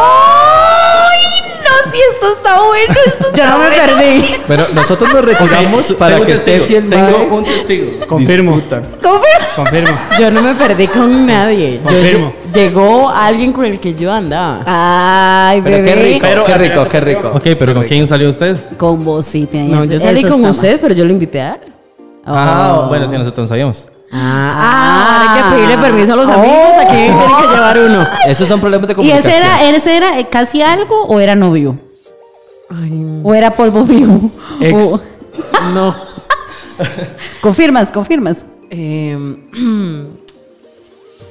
Speaker 4: ¡Ay! No, si esto está bueno. Esto está
Speaker 2: Yo no me
Speaker 4: bueno.
Speaker 2: perdí.
Speaker 5: Pero nosotros nos retiramos para
Speaker 3: Tengo
Speaker 5: que
Speaker 3: un
Speaker 5: esté
Speaker 3: testigo,
Speaker 5: fiel.
Speaker 3: Tengo
Speaker 5: mae.
Speaker 3: un testigo.
Speaker 6: Confirmo.
Speaker 4: ¿Cómo fue?
Speaker 6: Confirmo.
Speaker 2: Yo no me perdí con nadie. Yo
Speaker 6: Confirmo.
Speaker 2: lle- llegó alguien con el que yo andaba.
Speaker 4: Ay,
Speaker 5: Pero qué
Speaker 4: bebé.
Speaker 5: rico,
Speaker 6: Pero-
Speaker 5: qué rico, qué rico.
Speaker 3: Ok, pero ¿con quién salió usted?
Speaker 4: Con vos sí tiene-
Speaker 2: no, yo
Speaker 4: eso
Speaker 2: salí
Speaker 4: está
Speaker 2: con
Speaker 4: mal.
Speaker 2: ustedes, pero yo lo invité a dar.
Speaker 3: Ah, bueno, sí, nosotros no sabíamos.
Speaker 2: Ah, ahora hay que pedirle permiso a los amigos. Aquí tiene que llevar uno.
Speaker 5: Esos son problemas de
Speaker 4: ¿Y ese
Speaker 5: comunicación.
Speaker 4: era, ese era eh, casi algo o era novio?
Speaker 2: Ay,
Speaker 4: ¿O era polvo vivo?
Speaker 3: Ex.
Speaker 4: O- <laughs>
Speaker 2: no.
Speaker 4: confirmas, confirmas.
Speaker 2: Eh, Em, <clears throat>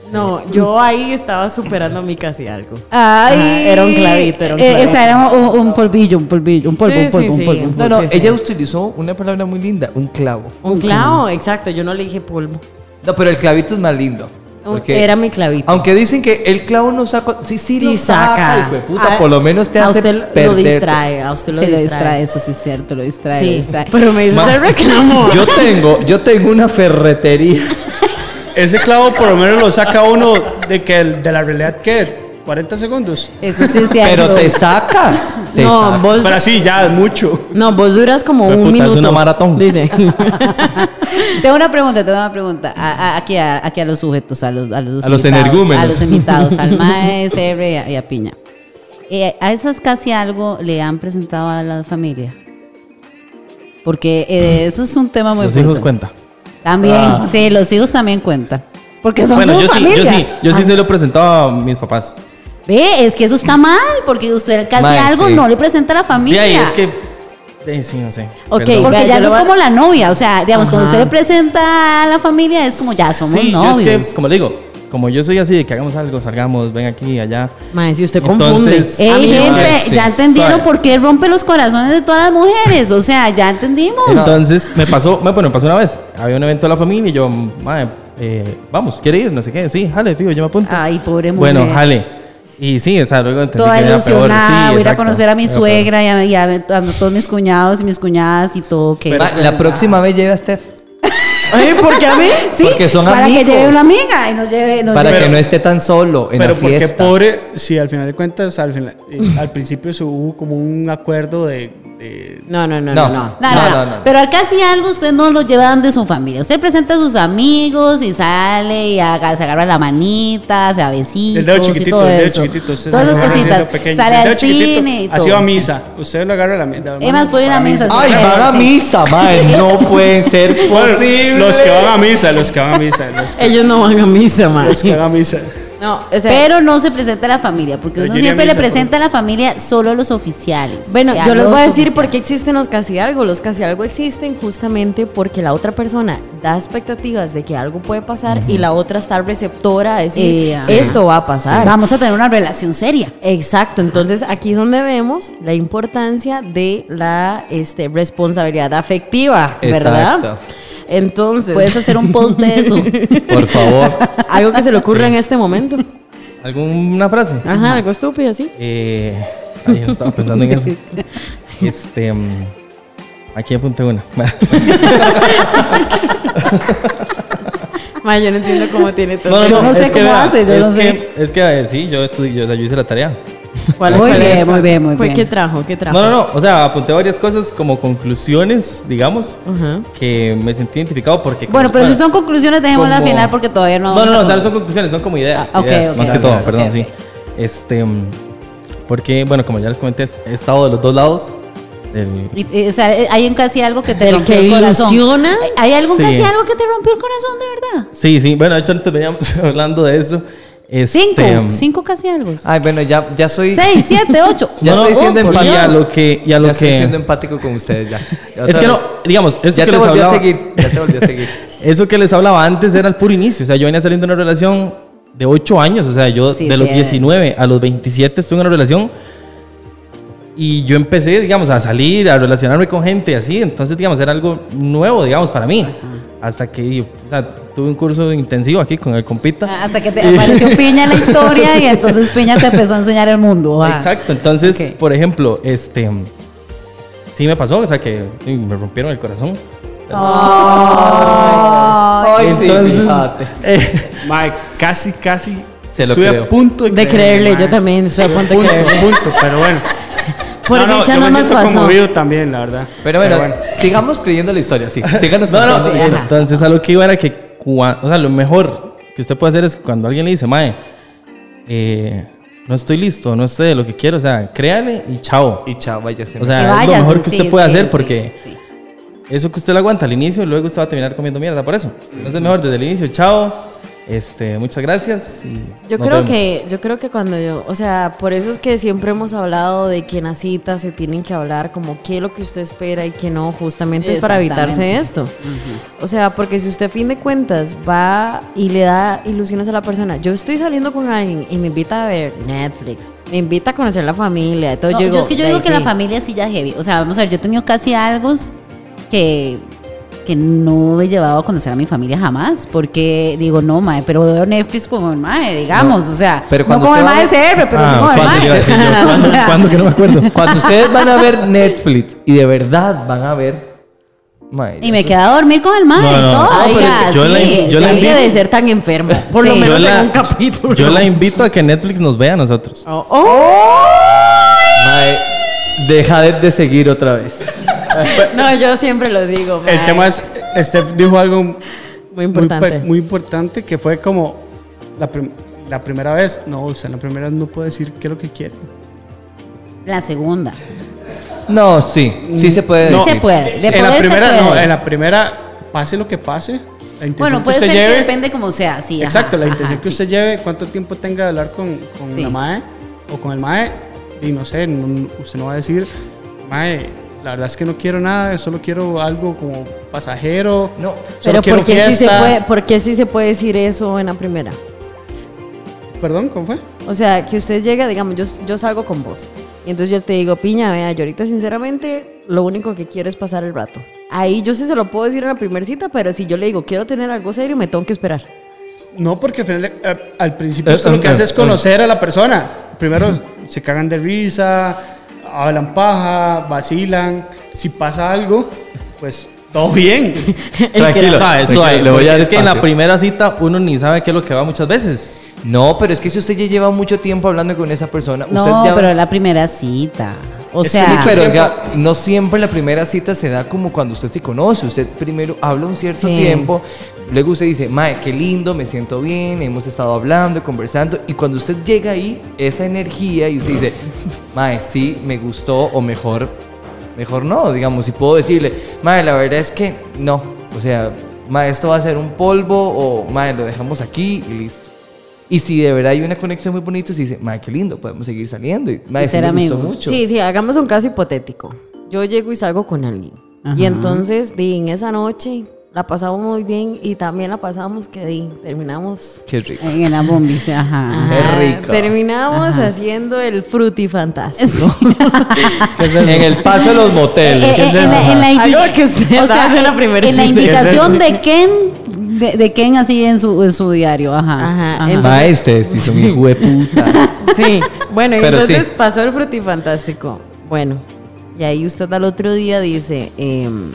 Speaker 2: No, yo ahí estaba superando mi casi algo.
Speaker 4: Ay,
Speaker 2: Ajá, era un clavito, era un
Speaker 4: eh,
Speaker 2: clavito.
Speaker 4: o sea, era un, un polvillo, un polvillo, un polvo,
Speaker 2: Sí,
Speaker 4: un polvo,
Speaker 2: sí,
Speaker 4: un
Speaker 2: sí.
Speaker 4: polvo. un
Speaker 5: No,
Speaker 4: polvo.
Speaker 5: no,
Speaker 2: Sí, sí.
Speaker 5: ella utilizó una palabra muy linda, un clavo.
Speaker 2: Un clavo, exacto. Yo no le dije polvo.
Speaker 5: No, pero el clavito es más lindo. porque-
Speaker 2: Era mi clavito.
Speaker 5: Aunque dicen que el clavo no saca, sí, Ah, sí, lo
Speaker 2: Sí,
Speaker 5: saca.
Speaker 2: saca.
Speaker 5: hijueputa,
Speaker 2: A-
Speaker 5: por lo menos te
Speaker 2: a
Speaker 5: hace
Speaker 2: usted lo- lo
Speaker 5: perderte.
Speaker 2: distrae, a usted lo
Speaker 4: Se lo distrae,
Speaker 2: distrae.
Speaker 4: eso sí es cierto, lo distrae, lo
Speaker 2: Sí,
Speaker 4: distrae.
Speaker 2: pero me hizo
Speaker 5: Ma-
Speaker 2: ese reclamo.
Speaker 5: Yo tengo, yo tengo una <laughs> ferretería.
Speaker 6: Ese clavo por lo menos lo saca uno de que el- de la realidad que 40 segundos.
Speaker 4: Eso sí es cierto.
Speaker 5: Pero te saca. Te
Speaker 2: no,
Speaker 5: saca.
Speaker 4: Pues
Speaker 2: vos,
Speaker 6: Pero así ya <laughs> mucho.
Speaker 2: no, vos duras como
Speaker 5: Hijueputa,
Speaker 2: un
Speaker 5: es
Speaker 2: minuto.
Speaker 5: una maratón. <laughs>
Speaker 2: Dice.
Speaker 4: Tengo una pregunta, tengo una pregunta. A- a- aquí, a, aquí a los sujetos, a los, a los,
Speaker 5: A los
Speaker 4: invitados,
Speaker 5: energúmenos.
Speaker 4: A los invitados,
Speaker 3: <laughs>
Speaker 4: al maestro y, a- y a Piña. Eh, a esas casi algo le han presentado a la familia. Porque eh, eso es un tema muy
Speaker 3: Los hijos
Speaker 4: importante.
Speaker 3: cuenta.
Speaker 4: También,
Speaker 5: Ah.
Speaker 4: sí, los hijos también cuentan. Porque son
Speaker 3: bueno,
Speaker 4: su
Speaker 3: yo
Speaker 4: familia.
Speaker 3: sí, yo sí, yo sí
Speaker 4: Ah,
Speaker 3: se lo he presentado a mis papás.
Speaker 4: Ve, es que eso está mal, porque usted casi
Speaker 5: Mae,
Speaker 4: algo
Speaker 5: sí.
Speaker 4: no le presenta a la
Speaker 3: Y
Speaker 4: familia.
Speaker 3: ahí es que. eh, sí, no sé.
Speaker 2: Ok,
Speaker 3: perdón.
Speaker 4: Porque
Speaker 2: Vea,
Speaker 4: ya
Speaker 2: yo
Speaker 4: eso
Speaker 2: lo
Speaker 4: es
Speaker 2: voy a-
Speaker 4: como la novia, o sea, digamos, cuando
Speaker 2: Ajá.
Speaker 4: usted le presenta a la familia es como ya somos
Speaker 3: Sí, yo
Speaker 4: novios.
Speaker 3: es que, como le digo, como yo soy así de que hagamos algo, salgamos, ven aquí, allá.
Speaker 2: Mae, si usted confunde.
Speaker 3: Entonces-
Speaker 4: Ey,
Speaker 2: A mí-
Speaker 4: gente,
Speaker 3: sí,
Speaker 4: ya
Speaker 3: sí,
Speaker 4: entendieron
Speaker 3: suave.
Speaker 4: por qué rompe los corazones de todas las mujeres. O sea, ya entendimos.
Speaker 3: Entonces me pasó, me- bueno, me pasó una vez. Había un evento de la familia y yo, madre, eh, vamos, quiere ir, no sé qué. Sí, jale, fijo, yo me apunto.
Speaker 4: Ay, pobre mujer.
Speaker 3: bueno, jale. Y sí, o sea, luego entendí
Speaker 4: Toda
Speaker 3: que era peor. Sí,
Speaker 4: ilusionada, voy a ir a
Speaker 3: exacto,
Speaker 4: conocer a mi
Speaker 3: era peor.
Speaker 4: suegra y a, y a- a todos mis cuñados y mis cuñadas y todo. Que
Speaker 5: Ma, la próxima vez lleve a <laughs> Steph. ¿Eh?
Speaker 2: Ay, ¿Por qué a mí?
Speaker 4: Sí,
Speaker 5: porque son
Speaker 4: para
Speaker 5: amigos.
Speaker 4: que lleve una amiga y nos lleve. nos
Speaker 5: Para
Speaker 4: lleve-
Speaker 5: que no esté tan solo en
Speaker 6: Pero
Speaker 5: la
Speaker 6: porque
Speaker 5: fiesta.
Speaker 6: pobre, si al final de cuentas, al, final-
Speaker 4: <laughs>
Speaker 6: eh, al principio se hubo como un acuerdo de. de-
Speaker 2: No, no, no,
Speaker 5: No.
Speaker 2: no. no.
Speaker 4: No, no,
Speaker 5: No,
Speaker 4: no.
Speaker 5: no, no.
Speaker 4: Pero al casi algo usted no lo lleva de su familia. Usted presenta a sus amigos y sale y haga- se agarra la manita, se avecita.
Speaker 6: del dedo chiquitito,
Speaker 4: y todo
Speaker 6: del dedo
Speaker 4: eso.
Speaker 6: chiquitito. usted
Speaker 4: Todas
Speaker 6: sabe
Speaker 4: esas
Speaker 6: que va
Speaker 4: cositas.
Speaker 6: siendo pequeño.
Speaker 4: Sale
Speaker 6: Del dedo
Speaker 4: al
Speaker 6: chiquitito,
Speaker 4: cine y todo.
Speaker 6: Ha sido a
Speaker 4: sí.
Speaker 6: misa. Usted lo agarra de la misa.
Speaker 4: Es más, puede ir a misa.
Speaker 5: Ay, van a
Speaker 4: Sí.
Speaker 5: misa, mae. No pueden
Speaker 3: <laughs>
Speaker 5: ser posibles.
Speaker 6: Los que van a misa, los que van a misa. Los que,
Speaker 2: Ellos no van a misa, mae.
Speaker 6: los que van a misa.
Speaker 2: No, o sea,
Speaker 4: Pero no se presenta a la familia, porque
Speaker 6: Pero
Speaker 4: uno
Speaker 6: yo iría
Speaker 4: siempre
Speaker 6: a
Speaker 4: le
Speaker 6: misa,
Speaker 4: presenta a la familia solo a los oficiales.
Speaker 2: Bueno,
Speaker 4: Ya
Speaker 2: yo les
Speaker 4: los
Speaker 2: voy a decir
Speaker 4: oficiales.
Speaker 2: por qué existen los casi algo. Los casi algo existen justamente porque la otra persona da expectativas de que algo puede pasar y la otra está receptora a decir,
Speaker 4: Eh, ajá.
Speaker 2: esto va a pasar.
Speaker 4: Vamos a tener una relación seria.
Speaker 2: Exacto, entonces aquí es donde vemos la importancia de la este, responsabilidad afectiva, ¿verdad?
Speaker 5: Exacto.
Speaker 2: Entonces,
Speaker 4: Puedes hacer un post de eso.
Speaker 5: Por favor.
Speaker 2: algo que se le ocurra en este momento.
Speaker 3: ¿Alguna frase?
Speaker 2: Ajá, algo estúpido, sí.
Speaker 3: Eh, ay, yo estaba pensando en
Speaker 4: <laughs>
Speaker 3: eso. Este. mm, aquí apunté una. <laughs>
Speaker 2: Ma, yo no entiendo cómo tiene todo.
Speaker 4: Yo no sé
Speaker 3: es que
Speaker 4: cómo hace, yo
Speaker 3: es
Speaker 4: no sé.
Speaker 3: que- Es que eh, sí, yo, estudié, o sea, yo hice la tarea.
Speaker 2: ¿Cuál-
Speaker 4: Muy
Speaker 2: cuál
Speaker 4: bien,
Speaker 2: es?
Speaker 4: muy bien, muy
Speaker 2: ¿Cuál-
Speaker 4: bien.
Speaker 2: ¿Qué trajo? ¿Qué trajo?
Speaker 3: No, no, no. O sea, apunté varias cosas como conclusiones, digamos,
Speaker 2: Ajá.
Speaker 3: que me sentí identificado porque.
Speaker 4: Bueno, pero si son conclusiones, dejémosla al
Speaker 3: como-
Speaker 4: final porque todavía no.
Speaker 3: No,
Speaker 4: vamos
Speaker 3: no, no,
Speaker 4: a-
Speaker 3: o sea, no son conclusiones, son como ideas.
Speaker 4: Ah, ok,
Speaker 3: ideas,
Speaker 4: ok,
Speaker 3: más que
Speaker 4: ok,
Speaker 3: todo,
Speaker 4: ok,
Speaker 3: perdón,
Speaker 4: ok.
Speaker 3: sí. Este. mm, Porque, bueno, como ya les comenté, he estado de los dos lados. del-
Speaker 4: Y- <laughs> y- o sea, eh, hay un casi algo que te
Speaker 2: Del
Speaker 4: rompió
Speaker 2: que
Speaker 4: el corazón.
Speaker 2: ilusiona.
Speaker 4: Hay algún
Speaker 3: Sí.
Speaker 4: casi algo que te rompió el corazón, de verdad.
Speaker 3: Sí, sí. Bueno, de hecho, antes veníamos <laughs> hablando de eso. Este,
Speaker 4: Cinco,
Speaker 3: mm,
Speaker 4: cinco casi algo.
Speaker 5: Ay, bueno, ya, ya soy.
Speaker 4: Seis, siete,
Speaker 3: <laughs>
Speaker 4: ocho.
Speaker 5: Ya
Speaker 3: No, no,
Speaker 5: estoy siendo
Speaker 3: oh, por
Speaker 5: empático.
Speaker 3: Dios. Y a lo que- y a lo
Speaker 5: ya estoy
Speaker 3: que-
Speaker 5: siendo empático con ustedes ya. Ya
Speaker 3: Es
Speaker 5: otra
Speaker 3: que no,
Speaker 5: vez.
Speaker 3: digamos, eso
Speaker 5: Ya te
Speaker 3: que les
Speaker 5: volví a
Speaker 3: hablaba-
Speaker 5: seguir. Ya te volví a seguir.
Speaker 3: Eso que les hablaba antes era el puro inicio. O sea, yo venía saliendo de una relación de 8 años. O sea, yo
Speaker 4: Sí, eh.
Speaker 3: de los
Speaker 4: sí.
Speaker 3: 19 a los 27 estuve en una relación. Y yo empecé, digamos, a salir, a relacionarme con gente y así. Entonces, digamos, era algo nuevo, digamos, para mí. Hasta que, o sea, tuve un curso intensivo aquí con el compita.
Speaker 4: Ah, Hasta que te apareció
Speaker 3: <laughs>
Speaker 4: Piña en la historia y entonces Piña te empezó a enseñar el mundo. ah.
Speaker 3: Exacto. Entonces,
Speaker 4: Ok.
Speaker 3: por ejemplo, este... Sí me pasó, o sea, que sí, me rompieron el corazón.
Speaker 5: Ay, sí,
Speaker 3: Entonces,
Speaker 5: fíjate.
Speaker 3: eh,
Speaker 6: Mae, casi, casi.
Speaker 5: Se lo
Speaker 6: estuve
Speaker 5: creo.
Speaker 6: a <laughs> punto de,
Speaker 2: De creerle, yo
Speaker 6: mae.
Speaker 2: también estoy a punto de
Speaker 6: Punto,
Speaker 2: creerle.
Speaker 6: punto,
Speaker 4: <laughs>
Speaker 6: pero bueno.
Speaker 2: Por dicha
Speaker 6: yo
Speaker 2: no
Speaker 6: me
Speaker 2: nos
Speaker 6: siento
Speaker 2: pasó.
Speaker 6: conmovido también, la verdad.
Speaker 5: Pero bueno, sigamos creyendo la historia,
Speaker 3: <laughs>
Speaker 5: sí. Síganos
Speaker 3: No, no,
Speaker 5: contando la
Speaker 3: eh,
Speaker 5: historia.
Speaker 3: entonces a lo que iba era que cua- o sea, lo mejor que usted puede hacer es cuando alguien le dice, Mae, eh, no estoy listo, no sé lo que quiero, o sea, créale y chao.
Speaker 5: Y chao, vaya
Speaker 3: O sea,
Speaker 4: Que
Speaker 3: es lo
Speaker 4: vayas,
Speaker 3: mejor que
Speaker 4: sí,
Speaker 3: usted puede
Speaker 4: sí,
Speaker 3: hacer
Speaker 4: sí,
Speaker 3: porque
Speaker 4: sí.
Speaker 3: eso que usted le aguanta al inicio, luego usted va a terminar comiendo mierda por eso. Entonces mejor desde el inicio, chao, Este, muchas gracias. y
Speaker 2: Yo
Speaker 3: nos
Speaker 2: creo
Speaker 3: vemos.
Speaker 2: que, yo creo que cuando yo, o sea, por eso es que siempre hemos hablado de que en la cita se tienen que hablar como qué es lo que usted espera y qué no, justamente es para evitarse
Speaker 4: Exactamente.
Speaker 2: esto. O sea, porque si usted a fin de cuentas va y le da ilusiones a la persona, yo estoy saliendo con alguien y me invita a ver Netflix, me invita a conocer la familia, y todo
Speaker 4: No,
Speaker 2: yo, digo,
Speaker 4: yo es que yo digo
Speaker 2: "Ay,
Speaker 4: que la
Speaker 2: sí".
Speaker 4: familia sí ya es heavy. O sea, vamos a ver, yo he tenido casi algo que, que no he llevado a conocer a mi familia jamás. Porque digo, no, mae, pero veo Netflix con el mae, digamos. o sea,
Speaker 5: pero
Speaker 4: no
Speaker 5: cuando
Speaker 4: con el
Speaker 5: usted va-
Speaker 4: mae de CR, pero sí
Speaker 3: Ah,
Speaker 4: con el
Speaker 3: ¿cuándo
Speaker 4: mae.
Speaker 3: iba a decir yo?
Speaker 4: <laughs> O
Speaker 3: ¿Cuándo?
Speaker 4: sea,
Speaker 3: ¿Cuándo que no me acuerdo?
Speaker 5: Cuando ustedes van a ver Netflix y de verdad van a ver. Mae,
Speaker 4: Y me quedaba a dormir con el mae
Speaker 3: No, no,
Speaker 4: y todo.
Speaker 3: no,
Speaker 4: o
Speaker 3: pero
Speaker 4: sea,
Speaker 3: es que yo la-
Speaker 4: sí,
Speaker 3: yo la
Speaker 4: sí.
Speaker 2: Nadie
Speaker 3: invito-
Speaker 2: debe ser tan enfermo, por lo
Speaker 4: Sí.
Speaker 2: menos
Speaker 3: Yo la-
Speaker 2: en un capítulo.
Speaker 3: Yo la invito a que Netflix nos vea a nosotros.
Speaker 4: Ah,
Speaker 2: Oh, oh.
Speaker 5: mae, deja de, de seguir otra vez.
Speaker 2: No, yo siempre los digo.
Speaker 6: El
Speaker 2: mae.
Speaker 6: tema es, Steph dijo algo
Speaker 2: Muy importante.
Speaker 6: per- Muy, importante que fue como la, prim- la primera vez. No, usted en la primera vez no puede decir qué es lo que quiere.
Speaker 4: La segunda.
Speaker 5: No, sí, sí se puede.
Speaker 4: Sí
Speaker 6: No.
Speaker 4: se
Speaker 5: decir.
Speaker 4: puede. De
Speaker 6: en
Speaker 4: poder
Speaker 6: la
Speaker 4: se
Speaker 6: primera,
Speaker 4: puede.
Speaker 6: no, en la primera, pase lo que pase. La intención
Speaker 4: Bueno,
Speaker 6: que
Speaker 4: puede
Speaker 6: usted
Speaker 4: ser
Speaker 6: lleve-
Speaker 4: que depende como sea, sí. ajá,
Speaker 6: Exacto, la
Speaker 4: ajá,
Speaker 6: intención que
Speaker 4: sí.
Speaker 6: usted lleve, cuánto tiempo tenga de hablar con, con
Speaker 4: Sí.
Speaker 6: la MAE o con el MAE, y no sé, no- usted no va a decir, MAE, la verdad es que no quiero nada, solo quiero algo como pasajero,
Speaker 5: No,
Speaker 6: solo
Speaker 2: Pero
Speaker 6: quiero
Speaker 2: ¿por qué, sí se
Speaker 6: fiesta".
Speaker 2: puede, por qué sí se puede decir eso en la primera?
Speaker 6: Perdón, ¿cómo fue?
Speaker 2: O sea, que usted llega, digamos, yo, yo salgo con vos. Y entonces yo te digo, piña, vea, yo ahorita sinceramente lo único que quiero es pasar el rato. Ahí yo sí se lo puedo decir en la primera cita, pero si yo le digo, quiero tener algo serio, me tengo que esperar.
Speaker 6: No, porque al, final, eh, al principio
Speaker 5: Eh,
Speaker 6: usted lo que
Speaker 5: eh,
Speaker 6: hace es
Speaker 5: eh.
Speaker 6: conocer a la persona. Primero se cagan de risa, hablan paja, vacilan. Si pasa algo, pues todo
Speaker 4: <laughs>
Speaker 6: bien.
Speaker 5: Tranquilo,
Speaker 3: Ah, eso
Speaker 5: tranquilo,
Speaker 3: hay.
Speaker 5: le voy a
Speaker 3: porque
Speaker 5: dar
Speaker 3: es que en la
Speaker 5: espacio.
Speaker 3: primera cita uno ni sabe qué es lo que va muchas veces.
Speaker 5: No, pero es que si usted ya lleva mucho tiempo hablando con esa persona, usted
Speaker 4: No,
Speaker 5: ya.
Speaker 4: pero la primera cita. O
Speaker 5: Sí,
Speaker 4: sea,
Speaker 5: pero oiga, no siempre la primera cita se da como cuando usted se conoce. Usted primero habla un cierto
Speaker 2: Sí.
Speaker 5: tiempo, luego usted dice, Mae, qué lindo, me siento bien, hemos estado hablando, conversando. Y cuando usted llega ahí, esa energía, y usted
Speaker 4: <laughs>
Speaker 5: dice, Mae, sí, me gustó, o mejor, mejor no, digamos, si puedo decirle, Mae, la verdad es que no. O sea, Mae, esto va a ser un polvo, o Mae, lo dejamos aquí y listo. Y si de verdad hay una conexión muy bonita, se dice, mae, qué lindo, podemos seguir saliendo. Y, mae,
Speaker 4: Y
Speaker 5: sí
Speaker 4: ser
Speaker 5: me gustó
Speaker 4: amigos.
Speaker 5: mucho.
Speaker 2: Sí, sí, hagamos un caso hipotético. Yo llego y salgo con alguien. Y
Speaker 4: Ajá.
Speaker 2: entonces, di, en esa noche la pasamos muy bien y también la pasamos que di, terminamos.
Speaker 5: Qué rico.
Speaker 4: en la bombi, sí, ajá.
Speaker 5: Qué rico.
Speaker 2: Terminamos haciendo el frutifantástico.
Speaker 4: Sí.
Speaker 5: En el paso de los moteles.
Speaker 4: Eh, eh, en la- en la
Speaker 2: Algo
Speaker 4: indi-
Speaker 2: que usted
Speaker 4: o
Speaker 2: hace
Speaker 4: sea,
Speaker 2: en la
Speaker 4: en-
Speaker 2: primera
Speaker 4: en la
Speaker 2: cita.
Speaker 4: indicación de Ken, de, de Ken así en su, en su diario, ajá.
Speaker 2: Ajá,
Speaker 4: ajá.
Speaker 2: entonces-
Speaker 5: Ah, Mae, ustedes sí son hijo de puta.
Speaker 2: Sí, bueno, y
Speaker 5: Pero
Speaker 2: entonces
Speaker 5: sí.
Speaker 2: pasó el frutifantástico. Bueno, y ahí usted al otro día dice, em,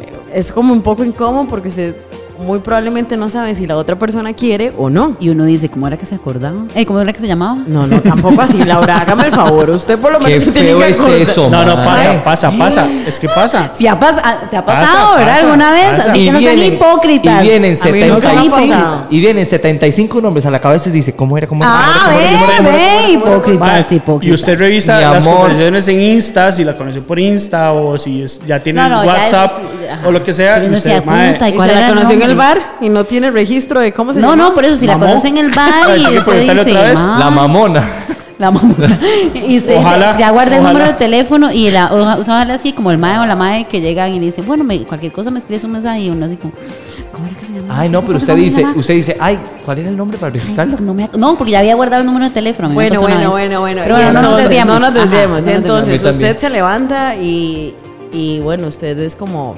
Speaker 2: eh, es como un poco incómodo porque usted muy probablemente no sabe si la otra persona quiere o no.
Speaker 4: Y uno dice, ¿cómo era que se acordaba? Eh, ¿Cómo era que se llamaba?
Speaker 2: No, no, tampoco así,
Speaker 5: <laughs>
Speaker 2: Laura, hágame el favor, usted por lo
Speaker 5: Qué
Speaker 2: menos se tiene
Speaker 5: feo
Speaker 2: que
Speaker 5: es
Speaker 2: acordar.
Speaker 5: eso.
Speaker 6: No, no,
Speaker 5: Mae.
Speaker 6: pasa, pasa, pasa. Es que pasa.
Speaker 4: Si ha pas- ah, ¿Te ha
Speaker 6: Pasa,
Speaker 4: pasado, verdad?
Speaker 6: pasa,
Speaker 4: ¿Alguna vez?
Speaker 6: pasa.
Speaker 4: Así que no sean hipócritas.
Speaker 5: Y vienen
Speaker 2: A mí no se me ha
Speaker 5: 75.
Speaker 2: pasado.
Speaker 5: Y vienen 75 nombres a la cabeza y dice, ¿cómo era? ¿Cómo era?
Speaker 4: Ah,
Speaker 5: ¿Cómo era? ¿Cómo era? ¿Cómo era?
Speaker 4: ve, ve,
Speaker 6: Mae,
Speaker 4: hipócritas, hipócritas.
Speaker 6: Y usted revisa
Speaker 5: Mi
Speaker 6: las
Speaker 5: amor.
Speaker 6: conversaciones en Insta, si la conoció por Insta o si es- ya tiene
Speaker 4: No, no, ya
Speaker 6: WhatsApp
Speaker 4: eso sí, ajá.
Speaker 6: o lo que sea.
Speaker 4: Pero
Speaker 6: y
Speaker 4: uno
Speaker 6: usted,
Speaker 4: decía,
Speaker 6: mae,
Speaker 4: puta, ¿y
Speaker 2: Y
Speaker 4: cuál
Speaker 2: se
Speaker 4: era
Speaker 2: la
Speaker 4: el
Speaker 2: conoció en el
Speaker 4: nombre?
Speaker 2: bar y no tiene registro de cómo se
Speaker 4: No,
Speaker 2: llama.
Speaker 4: no, por eso si la
Speaker 6: Mamó.
Speaker 4: conocen en el bar
Speaker 6: Hay
Speaker 4: y
Speaker 6: que
Speaker 4: usted
Speaker 6: preguntarle
Speaker 4: dice,
Speaker 6: otra vez.
Speaker 4: "Ma,
Speaker 5: La mamona.
Speaker 4: <laughs> La
Speaker 6: <laughs>
Speaker 4: mamona. Y usted
Speaker 6: Ojalá,
Speaker 4: dice, ya guarda el
Speaker 6: ojalá.
Speaker 4: número de teléfono y la, oja- ojalá así como el mae o la mae que llegan y dicen, bueno, me- cualquier cosa me escribes un mensaje y uno así como, ¿cómo era que se llama?
Speaker 5: Ay, no, pero usted
Speaker 4: ¿Cómo se
Speaker 5: dice,
Speaker 4: llama?
Speaker 5: usted dice, ay, ¿cuál era el nombre para registrarlo?
Speaker 4: No, me ac- no, porque ya había guardado el número de teléfono. a mí me
Speaker 2: Bueno,
Speaker 4: pasó una
Speaker 2: bueno,
Speaker 4: vez.
Speaker 2: bueno, bueno. Y
Speaker 4: Pero bueno, no nos
Speaker 2: entonces,
Speaker 4: desviamos.
Speaker 2: No nos desviemos.
Speaker 4: Ajá, no nos
Speaker 2: entonces,
Speaker 5: desviamos.
Speaker 2: usted se levanta y, y, bueno, usted es como,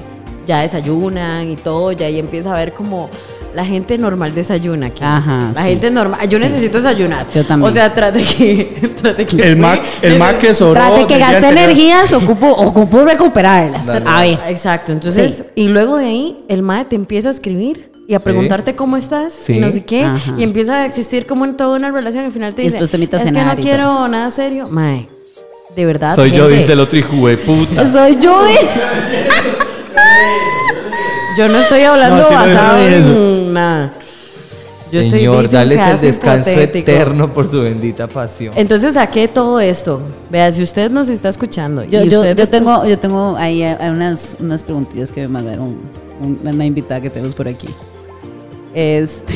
Speaker 2: ya desayunan y todo, ya ahí empieza a ver como la gente normal desayuna aquí.
Speaker 4: Ajá,
Speaker 2: La
Speaker 4: sí.
Speaker 2: gente normal. Yo necesito desayunar.
Speaker 4: Yo también.
Speaker 2: O sea, trate que. <laughs> Trate que
Speaker 6: El Mac, el Mac que sobró.
Speaker 4: Trate que
Speaker 6: del día
Speaker 4: gasté
Speaker 6: anterior.
Speaker 4: energías, ocupo, ocupo recuperarlas.
Speaker 6: <laughs>
Speaker 4: A ver.
Speaker 2: Ah, Exacto. Entonces,
Speaker 4: Sí.
Speaker 2: y luego de ahí, el MAE te empieza a escribir. Y a preguntarte cómo estás,
Speaker 5: Sí.
Speaker 2: y no sé qué,
Speaker 4: Ajá.
Speaker 2: y empieza a existir como en toda una relación. Al final te
Speaker 4: Y
Speaker 2: dice:
Speaker 4: después te invita a
Speaker 2: Es que
Speaker 4: cenar
Speaker 2: no
Speaker 4: y
Speaker 2: quiero nada serio. Mae, de verdad. gente,
Speaker 5: el otro hijo de puta.
Speaker 4: Soy Judy.
Speaker 2: Yo no estoy hablando
Speaker 6: No, sí, no,
Speaker 2: basado
Speaker 6: no, no,
Speaker 2: en nada. Yo estoy
Speaker 5: Señor,
Speaker 2: diciendo
Speaker 5: dales
Speaker 2: un
Speaker 5: el
Speaker 2: caso
Speaker 5: descanso
Speaker 2: hipotético.
Speaker 5: eterno por su bendita pasión.
Speaker 2: Entonces saqué todo esto. Vea, si usted nos está escuchando.
Speaker 4: Yo,
Speaker 2: y
Speaker 4: yo,
Speaker 2: usted
Speaker 4: yo
Speaker 2: está-
Speaker 4: tengo, yo tengo ahí eh, unas, unas preguntillas que me mandaron un- una invitada que tenemos por aquí. Este,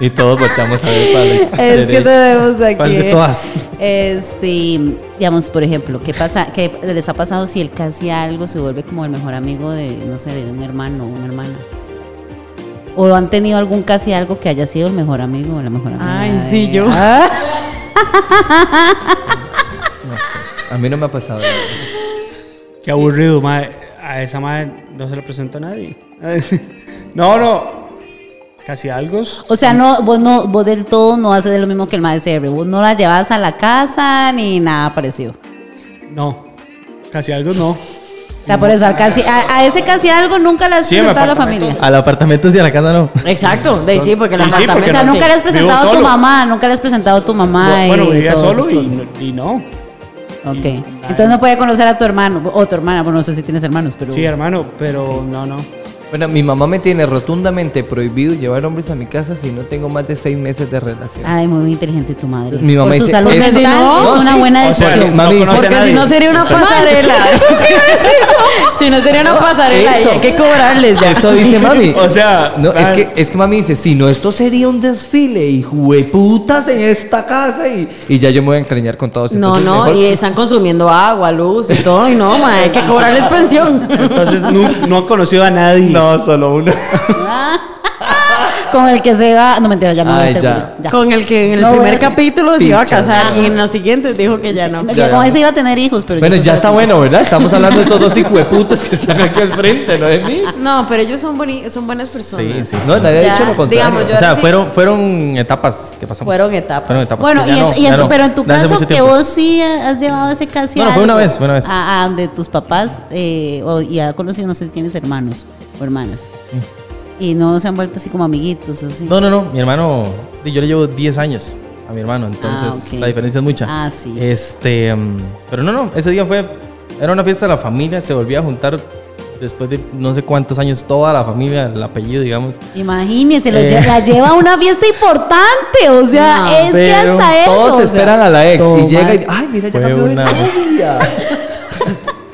Speaker 5: Y todos volteamos a ver para la <laughs>
Speaker 4: es que
Speaker 5: derecha.
Speaker 4: tenemos aquí. eh?
Speaker 5: ¿Cuál de todas?
Speaker 4: Este, digamos, por ejemplo, ¿qué pasa? ¿Qué les ha pasado si el casi algo se vuelve como el mejor amigo de, no sé, de un hermano o una hermana? ¿O han tenido algún casi algo que haya sido el mejor amigo o la mejor amiga?
Speaker 2: Ay,
Speaker 4: de-
Speaker 2: sí, yo.
Speaker 4: Ah,
Speaker 5: No sé, A mí no me ha pasado.
Speaker 6: Qué aburrido, madre. A esa madre no se la presento a nadie. <laughs> No, no. Casi algo.
Speaker 4: O sea, no, vos no, vos del todo no haces lo mismo que el maestro. Vos no la llevas a la casa ni nada parecido.
Speaker 6: No. Casi algo no.
Speaker 4: O sea, por eso al casi, a, a ese casi algo nunca le has
Speaker 3: Sí, en mi
Speaker 4: presentado a la
Speaker 3: apartamento.
Speaker 4: familia.
Speaker 5: Al apartamento sí, a la casa no.
Speaker 2: Exacto, de, sí, porque
Speaker 4: <laughs>
Speaker 2: la
Speaker 6: Sí, sí,
Speaker 2: apartamento
Speaker 6: porque
Speaker 4: O sea,
Speaker 6: no
Speaker 4: nunca
Speaker 6: sé.
Speaker 4: le has presentado
Speaker 6: Vivo
Speaker 4: a tu
Speaker 6: solo.
Speaker 4: mamá, nunca le has presentado a tu mamá.
Speaker 6: bueno,
Speaker 4: y
Speaker 6: vivía
Speaker 4: todas
Speaker 6: solo
Speaker 4: esas
Speaker 6: y,
Speaker 4: cosas.
Speaker 6: y no.
Speaker 4: Ok.
Speaker 6: Y-
Speaker 4: Entonces no podía conocer a tu hermano o tu hermana. Bueno, no sé si tienes hermanos, pero.
Speaker 6: Sí, hermano, pero no, no.
Speaker 5: Bueno, mi mamá me tiene rotundamente prohibido llevar hombres a mi casa si no tengo más de seis meses de relación.
Speaker 2: Ah,
Speaker 4: Ay, muy inteligente tu madre.
Speaker 5: Mi mamá
Speaker 4: Por su
Speaker 5: dice,
Speaker 4: salud
Speaker 5: es-
Speaker 4: mental
Speaker 5: Porque si
Speaker 2: no,
Speaker 4: es una
Speaker 5: sí.
Speaker 4: buena
Speaker 6: O sea,
Speaker 4: decisión.
Speaker 5: no- mami,
Speaker 6: conoce a
Speaker 5: porque
Speaker 2: Porque si
Speaker 6: nadie.
Speaker 2: no sería una pasarela. <laughs> Si no sería una pasarela y
Speaker 5: Eso.
Speaker 2: hay que cobrarles ya.
Speaker 5: Eso
Speaker 2: <laughs>
Speaker 5: dice mami.
Speaker 6: O sea,
Speaker 5: no, es
Speaker 6: man.
Speaker 5: que, es que mami dice, si no, esto sería un desfile y putas en esta casa y, y ya yo me voy a encariñar con todos.
Speaker 2: No,
Speaker 5: Entonces,
Speaker 2: no,
Speaker 5: mejor-
Speaker 2: y están consumiendo agua, luz y todo, y no, ma, hay que cobrarles pensión.
Speaker 6: <laughs> Entonces no, no ha conocido a nadie.
Speaker 5: No, solo uno.
Speaker 4: <laughs> Con el que se va. No mentira, ya me voy a
Speaker 5: Ay,
Speaker 4: hacer-
Speaker 5: ya.
Speaker 4: ya.
Speaker 2: Con el que en el
Speaker 4: No voy a
Speaker 2: primer
Speaker 4: hacer-
Speaker 2: capítulo se iba a
Speaker 5: Picha,
Speaker 2: casar
Speaker 5: no.
Speaker 2: y en los siguientes dijo que ya no.
Speaker 4: No,
Speaker 5: Ya,
Speaker 4: ya, con
Speaker 5: ya.
Speaker 4: ese iba a tener hijos, pero.
Speaker 5: Bueno,
Speaker 4: no
Speaker 5: ya
Speaker 4: sé
Speaker 5: está
Speaker 4: por qué.
Speaker 5: bueno, ¿verdad? Estamos hablando de
Speaker 2: <laughs>
Speaker 5: estos dos hijueputas que están aquí al frente, ¿no de mí?
Speaker 2: No, pero ellos son, boni- son buenas personas.
Speaker 5: No, nadie
Speaker 2: Ya,
Speaker 5: ha dicho lo contrario.
Speaker 2: digamos, yo
Speaker 5: O
Speaker 3: O
Speaker 5: sea,
Speaker 3: sea,
Speaker 2: ahora sí-
Speaker 3: fueron, fueron etapas que pasamos.
Speaker 2: Fueron etapas.
Speaker 3: Fueron etapas.
Speaker 4: Bueno,
Speaker 3: Ya
Speaker 4: y en-
Speaker 3: no,
Speaker 4: y en
Speaker 3: ya
Speaker 4: tu-
Speaker 3: no.
Speaker 4: pero en tu
Speaker 3: Ya hace
Speaker 4: caso,
Speaker 3: mucho
Speaker 4: que
Speaker 3: tiempo.
Speaker 4: vos sí has llevado ese casi
Speaker 3: No, no, fue una
Speaker 4: algo
Speaker 3: vez, fue una vez.
Speaker 4: A, a donde tus papás, eh, o, y ha conocido, no sé si tienes hermanos o hermanas. Y no se han vuelto así como amiguitos, así.
Speaker 3: No, no, no. Mi hermano, sí, yo le llevo 10 años a mi hermano, entonces
Speaker 4: Ah, ok.
Speaker 3: la diferencia es mucha.
Speaker 4: Ah, sí.
Speaker 3: Este, mm, pero no, no, ese día fue, era una fiesta de la familia, se volvía a juntar después de no sé cuántos años toda la familia, el apellido, digamos.
Speaker 4: Imagínese, lo
Speaker 3: Eh.
Speaker 4: lle- la lleva a una fiesta importante, o sea,
Speaker 2: No,
Speaker 4: es que
Speaker 3: pero
Speaker 4: hasta eso.
Speaker 5: Todos
Speaker 4: o sea,
Speaker 5: esperan a la ex y
Speaker 4: todo
Speaker 5: llega y
Speaker 4: mal.
Speaker 5: ay, mira, ya
Speaker 3: Fue
Speaker 5: cambió de
Speaker 3: una-
Speaker 5: novia. <laughs>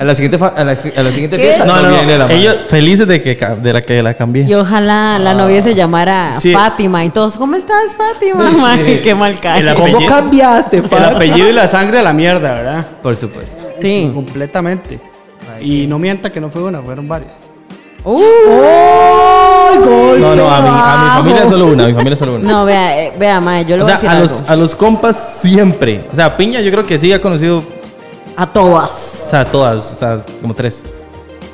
Speaker 5: A la siguiente, fa- a la, a la siguiente fiesta
Speaker 3: No, no,
Speaker 5: viene la
Speaker 3: no.
Speaker 5: madre.
Speaker 3: Ellos felices de que ca- de la que la cambié.
Speaker 2: Y ojalá
Speaker 3: Ah.
Speaker 2: la novia se llamara
Speaker 6: Sí.
Speaker 2: Fátima y todos, ¿cómo estás, Fátima? <laughs> Ma, Qué mal cae.
Speaker 6: <laughs> El
Speaker 5: ¿Cómo
Speaker 6: apellido-
Speaker 5: cambiaste,
Speaker 6: El
Speaker 5: Fátima?
Speaker 6: apellido y la sangre a la mierda, ¿verdad?
Speaker 5: Por supuesto.
Speaker 2: Sí.
Speaker 6: Completamente. Y no mienta que no fue una, fueron varios.
Speaker 2: Uh.
Speaker 3: Oh. No, no, a mi, a mi familia solo una, a mi familia solo una.
Speaker 2: No, vea, eh, vea, ma, yo le voy
Speaker 3: O sea,
Speaker 2: a decir
Speaker 3: a los,
Speaker 2: algo.
Speaker 3: a los compas siempre. O sea, Piña yo creo que sí ha conocido, o
Speaker 2: A todas.
Speaker 3: sea, todas, o sea, como tres.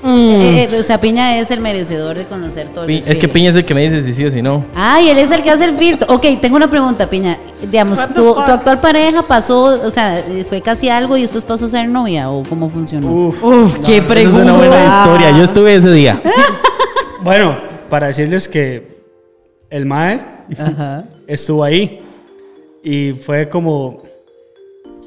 Speaker 4: Eh, eh, o sea, Piña es el merecedor de conocer todo el
Speaker 3: Pi- es
Speaker 4: desfile.
Speaker 3: que Piña es el que me dice si sí o si no.
Speaker 4: Ay, él es el que hace el filtro. Ok, tengo una pregunta, Piña. Digamos, tu, tu actual pareja pasó, o sea, eh, fue casi algo y después pasó a ser novia, o cómo funcionó.
Speaker 2: Uf, qué
Speaker 3: Esa
Speaker 2: pregunta.
Speaker 3: Es una buena historia. Yo estuve ese día.
Speaker 6: Bueno, para decirles que el Mae
Speaker 4: Ajá.
Speaker 6: estuvo ahí y fue como.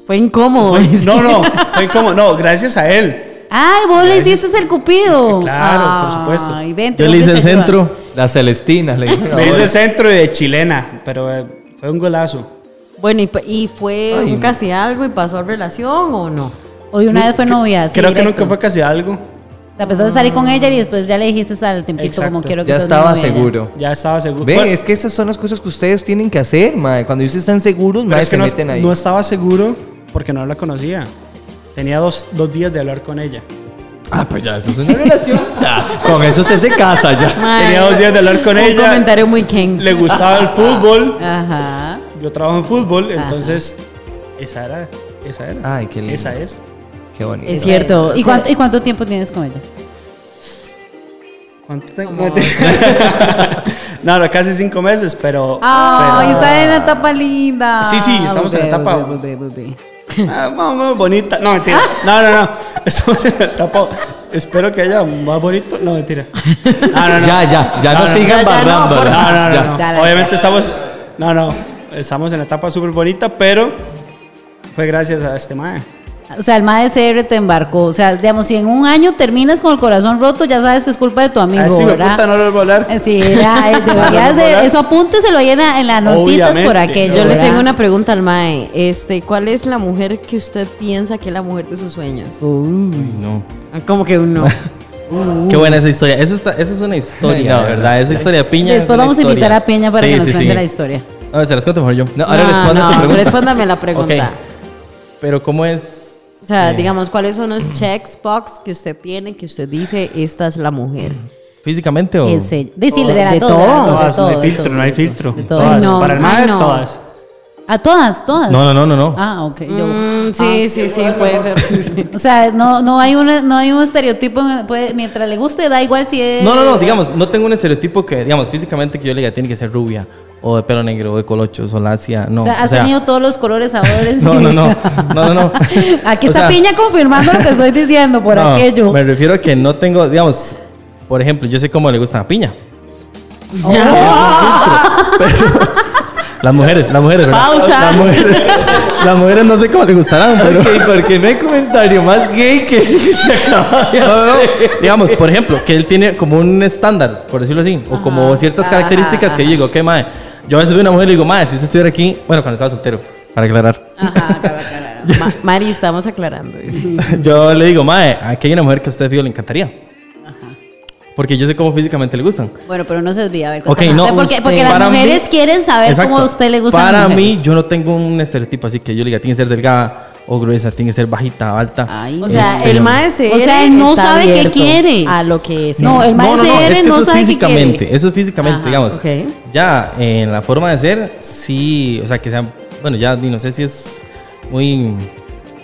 Speaker 2: Fue incómodo.
Speaker 6: No, no, fue como. No, gracias a él.
Speaker 4: Ah, vos le hiciste el cupido.
Speaker 6: Eh, Claro, por
Speaker 4: Ay,
Speaker 6: supuesto.
Speaker 4: ven,
Speaker 3: Yo
Speaker 4: tengo
Speaker 3: le
Speaker 4: que
Speaker 3: hice el
Speaker 4: te ayudar.
Speaker 3: centro.
Speaker 5: Las Celestinas le dije.
Speaker 6: Me hizo el centro y de chilena, pero eh, fue un golazo.
Speaker 2: Bueno, y, pa- y fue
Speaker 5: Ay,
Speaker 2: un
Speaker 5: no.
Speaker 2: casi algo y pasó a relación o no.
Speaker 4: O de una vez fue novia, así
Speaker 6: Creo
Speaker 4: directo.
Speaker 6: que nunca fue casi algo.
Speaker 4: O sea, empezaste a salir con ella y después ya le dijiste al tiempito como
Speaker 6: Exacto.
Speaker 4: quiero que
Speaker 5: Ya
Speaker 4: seas mi
Speaker 5: estaba
Speaker 4: novia, ya.
Speaker 5: seguro.
Speaker 6: Ya estaba seguro.
Speaker 5: Ven,
Speaker 6: Bueno,
Speaker 5: es que esas son las cosas que ustedes tienen que hacer, mae. Cuando ellos están seguros,
Speaker 6: pero
Speaker 5: mae,
Speaker 6: es que
Speaker 5: se
Speaker 6: no,
Speaker 5: meten ahí.
Speaker 6: no estaba seguro porque no la conocía. Tenía dos, dos días de hablar con ella.
Speaker 5: Ah, pues ya, eso es una relación. Ya, con eso usted se casa ya.
Speaker 6: Tenía dos días de hablar con
Speaker 2: un
Speaker 6: ella.
Speaker 2: comentario muy Ken.
Speaker 6: Le gustaba el fútbol.
Speaker 4: Ajá.
Speaker 6: Yo trabajo en fútbol, entonces esa era. Esa era.
Speaker 5: Ay, qué lindo.
Speaker 6: Esa es.
Speaker 5: Qué bonito.
Speaker 2: Es cierto.
Speaker 4: ¿Y
Speaker 2: o sea,
Speaker 4: cuánto, ¿Y cuánto tiempo tienes con ella?
Speaker 6: ¿Cuánto tengo? no, no, casi cinco meses, pero.
Speaker 4: Ay,
Speaker 6: pero-
Speaker 4: está en la etapa linda.
Speaker 6: Sí, sí, estamos en la etapa-
Speaker 4: Bebé, bebé, bebé.
Speaker 6: Ah, más o menos bonita. No, mentira. No, no, <laughs> no. Estamos en la etapa. Espero que haya más bonito. No, mentira. No, no, no.
Speaker 5: Ah, Ya, ya, ya no,
Speaker 6: No, no,
Speaker 5: sigan
Speaker 2: ya, ya, no,
Speaker 5: barrándola.
Speaker 2: por
Speaker 6: No, no, no,
Speaker 5: Ya.
Speaker 6: no.
Speaker 2: Dale,
Speaker 6: Obviamente estamos. No, no. Estamos en la etapa súper bonita, pero fue gracias a este mae.
Speaker 4: O sea, el MADCR te embarcó. O sea, digamos, si en un año terminas con el corazón roto, ya sabes que es culpa de tu amigo,
Speaker 6: A este hijo de
Speaker 4: ¿verdad?
Speaker 6: puta no lo vuelvo a hablar.
Speaker 4: Eh, Sí, era,
Speaker 6: <laughs>
Speaker 4: eh, deberías de, eso apúnteselo ahí en, la- en las notitas por
Speaker 6: Obviamente,
Speaker 4: aquello.
Speaker 2: yo le
Speaker 4: ¿verdad?
Speaker 2: tengo una pregunta al Mae. Este, ¿cuál es la
Speaker 3: Uh.
Speaker 2: mujer que usted piensa que es la mujer de sus sueños?
Speaker 3: Uy, no.
Speaker 2: Ah, Como que uno.
Speaker 3: Qué buena esa historia. Eso está- esa es una historia,
Speaker 5: No,
Speaker 3: de ¿verdad? Esa historia de Piña. es
Speaker 4: Después
Speaker 3: una
Speaker 4: vamos a
Speaker 3: historia.
Speaker 4: invitar a Peña para
Speaker 3: Sí,
Speaker 4: que nos
Speaker 3: sí,
Speaker 4: cuente
Speaker 3: sí.
Speaker 4: la historia.
Speaker 3: A ver, se las cuento mejor yo.
Speaker 5: No, ahora responda su pregunta.
Speaker 2: Respóndame la pregunta.
Speaker 3: Pero ¿cómo es?
Speaker 2: O
Speaker 3: <laughs>
Speaker 2: sea, digamos, ¿cuáles son los checkbox que usted tiene que usted dice, esta es la mujer?
Speaker 3: ¿Físicamente o...?
Speaker 4: Ese- decirle de, las
Speaker 2: de
Speaker 4: dos, de
Speaker 3: Ah,
Speaker 2: todo.
Speaker 4: las dos, de
Speaker 6: Todas, no
Speaker 4: todo,
Speaker 6: hay
Speaker 4: de
Speaker 6: filtro,
Speaker 4: todo,
Speaker 6: no hay
Speaker 4: de todo,
Speaker 6: filtro.
Speaker 4: de todo.
Speaker 6: Todas,
Speaker 2: Ay, no,
Speaker 6: para el madre,
Speaker 2: ay, no.
Speaker 6: todas.
Speaker 4: A todas, todas.
Speaker 3: No, no, no, no, no.
Speaker 4: Ah, ok. yo- Ah,
Speaker 2: Mm, sí, sí, sí, puede ser. Sí.
Speaker 4: O sea, no, no hay una, no hay un estereotipo, puede- mientras le guste, da igual si es.
Speaker 3: No, no, no, digamos, no tengo un estereotipo que, digamos, físicamente que yo le diga tiene que ser rubia, o de pelo negro, o de colochos, o lacia, no.
Speaker 4: o sea, has tenido todos los
Speaker 3: <laughs>
Speaker 4: colores, sabores.
Speaker 3: No, no, no, no, no, no.
Speaker 4: <laughs> Aquí
Speaker 3: O
Speaker 4: está
Speaker 3: sea-
Speaker 4: Piña confirmando lo que estoy diciendo por
Speaker 3: <laughs> no,
Speaker 4: aquello.
Speaker 3: Me refiero a que no tengo, digamos, por ejemplo, yo sé cómo le gusta la piña. Las mujeres, las mujeres, ¿verdad?
Speaker 2: Pausa.
Speaker 3: Las mujeres, las mujeres no sé cómo le gustarán, pero...
Speaker 5: Ok, porque no hay comentario más gay que ese que se acaba de
Speaker 3: No, no, no.
Speaker 5: hacer.
Speaker 3: Digamos, por ejemplo, que él tiene como un estándar, por decirlo así, o como ciertas características que yo digo, ok, madre. Yo a veces veo una mujer y le digo, madre, si usted estuviera aquí, bueno, cuando estaba soltero, para aclarar.
Speaker 4: Ajá, claro, claro.
Speaker 3: <laughs>
Speaker 2: Ma- Mari, estamos aclarando. dice.
Speaker 3: yo le digo, madre, aquí hay una mujer que a usted fijo le encantaría. Porque yo sé cómo físicamente le gustan.
Speaker 4: Bueno, pero no se desvía. A ver,
Speaker 3: Ok,
Speaker 4: cuéntame
Speaker 3: no.
Speaker 4: usted, porque,
Speaker 3: usted-
Speaker 4: porque las
Speaker 3: para mí-
Speaker 4: mujeres quieren saber
Speaker 3: Exacto.
Speaker 4: cómo a usted le gusta.
Speaker 3: Para mí, yo no tengo un estereotipo así que yo le diga, tiene que ser delgada o gruesa, tiene que ser bajita, alta.
Speaker 4: Ay,
Speaker 2: O sea,
Speaker 3: Este,
Speaker 2: el maestro.
Speaker 4: O sea, él no sabe qué quiere.
Speaker 2: A lo que es.
Speaker 4: No, el
Speaker 3: no, no,
Speaker 4: maestro
Speaker 3: no, es que
Speaker 4: no
Speaker 3: eso es
Speaker 4: sabe qué quiere.
Speaker 3: físicamente, eso es físicamente,
Speaker 4: Ajá,
Speaker 3: digamos.
Speaker 2: ok.
Speaker 3: Ya en la forma de ser, sí, o sea, que sean, bueno, ya ni no sé si es muy...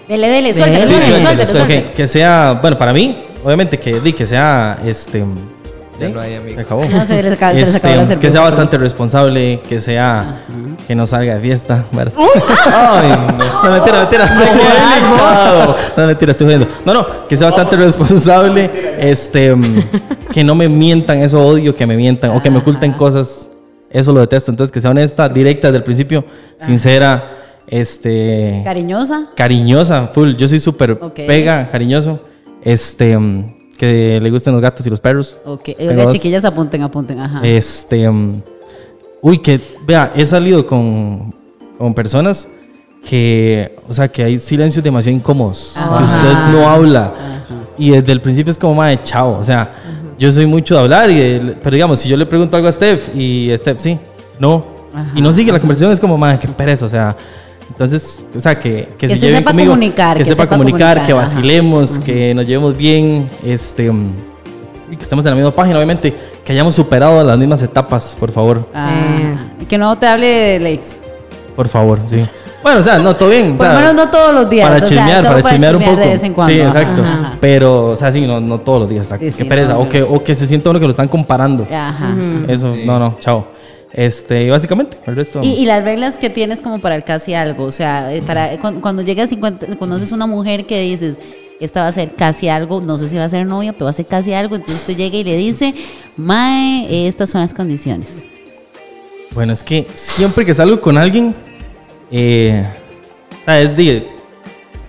Speaker 4: Dele, dele,
Speaker 3: Sí,
Speaker 4: suéltelo,
Speaker 3: sí,
Speaker 4: suéltelo,
Speaker 3: sí,
Speaker 4: suéltelo,
Speaker 3: sí,
Speaker 4: suéltelo.
Speaker 3: que, que sea, bueno, para mí, obviamente que, di, que sea, este...
Speaker 5: Ya
Speaker 3: di,
Speaker 5: no hay, amigo.
Speaker 3: Se acabó.
Speaker 4: No, se les acaba- se les
Speaker 3: Este,
Speaker 4: acabó la cerveza.
Speaker 3: que sea bastante responsable, que sea, que no salga de fiesta.
Speaker 4: <laughs>
Speaker 3: varas. Ay, no. no, mentira, mentira. No, delicado. no, mentira, estoy jodiendo. No, no, que sea bastante responsable, este, mm, que no me mientan, eso odio que me mientan o que me oculten cosas, eso lo detesto. Entonces, que sea honesta, directa desde el principio, sincera, este,
Speaker 4: Cariñosa.
Speaker 3: cariñosa, full. Yo soy súper
Speaker 4: Ok.
Speaker 3: pega, cariñoso, este, mm, que le gusten los gatos y los perros.
Speaker 4: Ok,
Speaker 3: Tengo
Speaker 4: oiga,
Speaker 3: dos.
Speaker 4: chiquillas, apunten, apunten. Ajá.
Speaker 3: Este. mm, uy, que. Vea, he salido con, con personas que. O sea, que hay silencios demasiado incómodos.
Speaker 4: Ah.
Speaker 3: Que usted no habla. Y desde el principio es como, madre, chao. O sea, yo soy mucho de hablar. Y de- pero digamos, si yo le pregunto algo a Steph y Steph, sí, no. Y no sigue la conversación, es como, madre, qué pereza. O sea. Entonces, o sea, que, que,
Speaker 4: Que se
Speaker 3: lleven
Speaker 4: sepa comunicar,
Speaker 3: que,
Speaker 4: que
Speaker 3: sepa
Speaker 4: sepa
Speaker 3: comunicar, que
Speaker 4: comunicar, ajá.
Speaker 3: vacilemos, que nos llevemos bien, este, mm, y que estamos en la misma página, obviamente, que hayamos superado las mismas etapas, por favor.
Speaker 4: Ah, que no te hable de Lex.
Speaker 3: Por favor, sí. Bueno, o sea, no, todo bien. o
Speaker 4: Por lo
Speaker 3: sea,
Speaker 4: menos no todos los días.
Speaker 3: Para
Speaker 4: o sea,
Speaker 3: chismear,
Speaker 4: solo
Speaker 3: para, chismear un poco.
Speaker 4: De vez en cuando.
Speaker 3: Sí,
Speaker 4: ajá,
Speaker 3: exacto.
Speaker 4: Ajá.
Speaker 3: Pero, o sea, sí, no, no todos los días. exacto.
Speaker 4: Sí,
Speaker 3: Qué
Speaker 4: sí,
Speaker 3: pereza.
Speaker 4: no,
Speaker 3: o, que, o que se sienta uno que lo están comparando.
Speaker 4: Ajá.
Speaker 3: Eso, no, no, chao. Este, y básicamente, el resto.
Speaker 4: Y, y las reglas que tienes como para el casi algo, o sea, eh, para eh, cuan- cuando llegas y cuent- conoces una mujer que dices, esta va a ser casi algo, no sé si va a ser novia, pero va a ser casi algo, entonces usted llega y le dice, Mae, estas son las condiciones.
Speaker 3: Bueno, es que siempre que salgo con alguien, eh, o sea, es de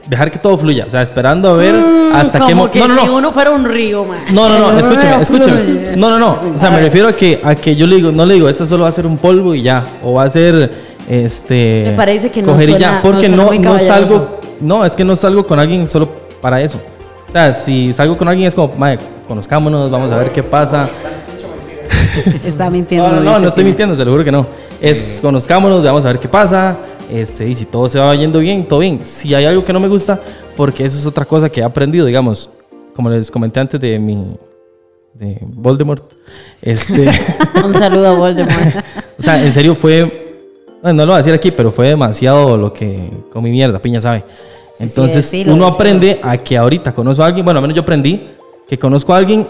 Speaker 3: dejar que todo fluya. O sea, esperando a ver hasta qué
Speaker 2: Mm, Como
Speaker 3: mo-
Speaker 2: que
Speaker 3: no, no,
Speaker 2: si
Speaker 3: no.
Speaker 2: uno fuera un río,
Speaker 3: <laughs>
Speaker 2: man.
Speaker 3: No, no, no, escúchame, escúchame. No, no, no. O sea, me refiero a que, a que yo le digo, no le digo, esta solo va a ser un polvo y ya. O va a ser, este.
Speaker 2: Me parece que no
Speaker 3: coger y
Speaker 2: suena-
Speaker 3: ya, Porque
Speaker 2: no suena
Speaker 3: no,
Speaker 2: muy
Speaker 3: no,
Speaker 2: caballeroso.
Speaker 3: salgo. No, es que no salgo con alguien solo para eso. O sea, si salgo con alguien es como, madre, conozcámonos, vamos a ver qué pasa.
Speaker 4: Está mintiendo.
Speaker 3: No, Ah, no, no,
Speaker 4: dice,
Speaker 3: no estoy
Speaker 4: sí.
Speaker 3: mintiendo, se lo juro que no. Es conozcámonos, vamos a ver qué pasa. Este, y si todo se va yendo bien, todo bien. Si hay algo que no me gusta, porque eso es otra cosa que he aprendido, digamos. Como les comenté antes de mi. de Voldemort.
Speaker 4: <laughs>
Speaker 3: Este.
Speaker 2: Un saludo a Voldemort.
Speaker 3: <laughs> o sea, en serio fue. No, no lo voy a decir aquí, pero fue demasiado lo que. con mi mierda, piña sabe.
Speaker 4: Sí, sí,
Speaker 3: Entonces,
Speaker 4: decilo,
Speaker 3: uno
Speaker 4: decilo.
Speaker 3: aprende a que ahorita conozco a alguien. Bueno, al menos yo aprendí que conozco a alguien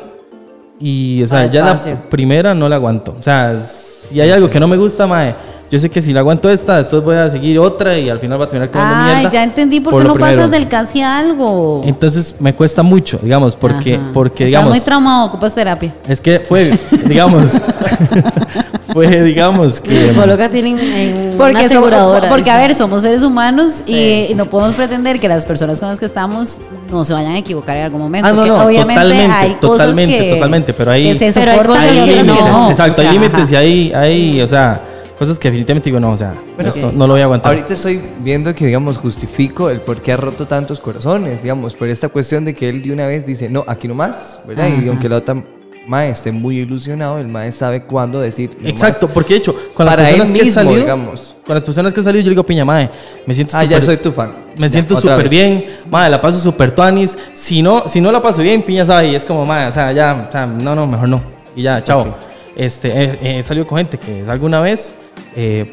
Speaker 3: y, o sea,
Speaker 2: Ah,
Speaker 3: ya la
Speaker 2: espacio.
Speaker 3: primera no la aguanto. O sea, si hay algo que no me gusta, mae, yo sé que si la aguanto esta, después voy a seguir otra y al final va a terminar comiendo
Speaker 4: Ay,
Speaker 3: mierda.
Speaker 4: ya entendí por,
Speaker 3: por
Speaker 4: qué
Speaker 3: lo
Speaker 4: no pasas
Speaker 3: primero.
Speaker 4: del casi algo.
Speaker 3: Entonces me cuesta mucho, digamos, porque,
Speaker 4: Ajá.
Speaker 3: porque
Speaker 4: Estás
Speaker 3: digamos,
Speaker 4: muy traumado, ocupas terapia.
Speaker 3: es que fue,
Speaker 4: <laughs>
Speaker 3: digamos, fue,
Speaker 2: <laughs>
Speaker 3: digamos que...
Speaker 2: Colócate en, en una
Speaker 4: Porque, somos-
Speaker 2: aseguradora.
Speaker 4: porque a
Speaker 2: dice.
Speaker 4: ver, somos seres humanos y, y no podemos pretender que las personas con las que estamos no se vayan a equivocar en algún momento.
Speaker 3: Ah, no,
Speaker 4: que
Speaker 3: no,
Speaker 4: obviamente
Speaker 3: totalmente,
Speaker 4: hay cosas
Speaker 3: totalmente,
Speaker 4: que-
Speaker 3: totalmente, pero hay-
Speaker 4: que se
Speaker 2: Pero hay
Speaker 4: soportan
Speaker 2: cosas
Speaker 4: y
Speaker 2: que
Speaker 4: otras
Speaker 2: no.
Speaker 4: que no.
Speaker 3: Exacto,
Speaker 4: O sea,
Speaker 3: hay límites
Speaker 4: ajá.
Speaker 3: y hay, hay, o sea, Cosas que definitivamente digo, no, o sea,
Speaker 5: Bueno,
Speaker 3: esto no lo voy a aguantar.
Speaker 5: Ahorita estoy viendo que, digamos, justifico el por qué ha roto tantos corazones, digamos, por esta cuestión de que él de una vez dice, no, aquí no más, ¿verdad? Y aunque la otra mae esté muy ilusionado, el mae sabe cuándo decir. no más.
Speaker 3: Exacto, porque de hecho, con las
Speaker 5: Para él
Speaker 3: personas que he
Speaker 5: mismo,
Speaker 3: salido,
Speaker 5: digamos.
Speaker 3: con las personas que he salido, yo digo, piña, mae, me siento
Speaker 5: Ah, ya
Speaker 3: súper-
Speaker 5: soy tu fan.
Speaker 3: Me
Speaker 5: Ya,
Speaker 3: siento
Speaker 5: otra
Speaker 3: súper
Speaker 5: vez.
Speaker 3: bien, madre, la paso súper tuanis. Si no, si no la paso bien, piña sabe, y es como, madre, o sea, ya, o sea, no, no, mejor no. Y ya, chao. Este, eh, eh, he salido con gente que salgo una vez, eh,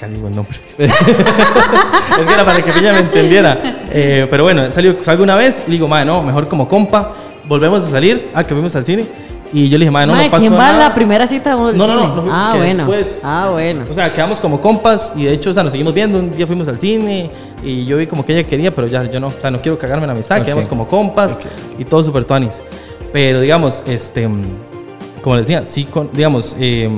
Speaker 3: casi digo el nombre.
Speaker 5: <laughs>
Speaker 3: es que era para que piña me entendiera. Eh, pero bueno, he salido, salgo una vez y digo, madre, no, mejor como compa, volvemos a salir, ah, que fuimos al cine. Y yo le dije, madre, no,
Speaker 2: Mae,
Speaker 3: no pasó
Speaker 2: ¿quién va a
Speaker 3: nada.
Speaker 2: la primera cita? No,
Speaker 3: No, no, no, no,
Speaker 2: ah,
Speaker 3: que
Speaker 2: bueno.
Speaker 3: después.
Speaker 2: Ah, bueno.
Speaker 3: O sea, quedamos como compas y de hecho, o sea, nos seguimos viendo. Un día fuimos al cine y yo vi como que ella quería, pero ya yo no, o sea, no quiero cagarme la amistad.
Speaker 5: Ok.
Speaker 3: Quedamos como compas y todo super tuanis. Pero digamos, este, mm, como les decía, sí, con, digamos, eh,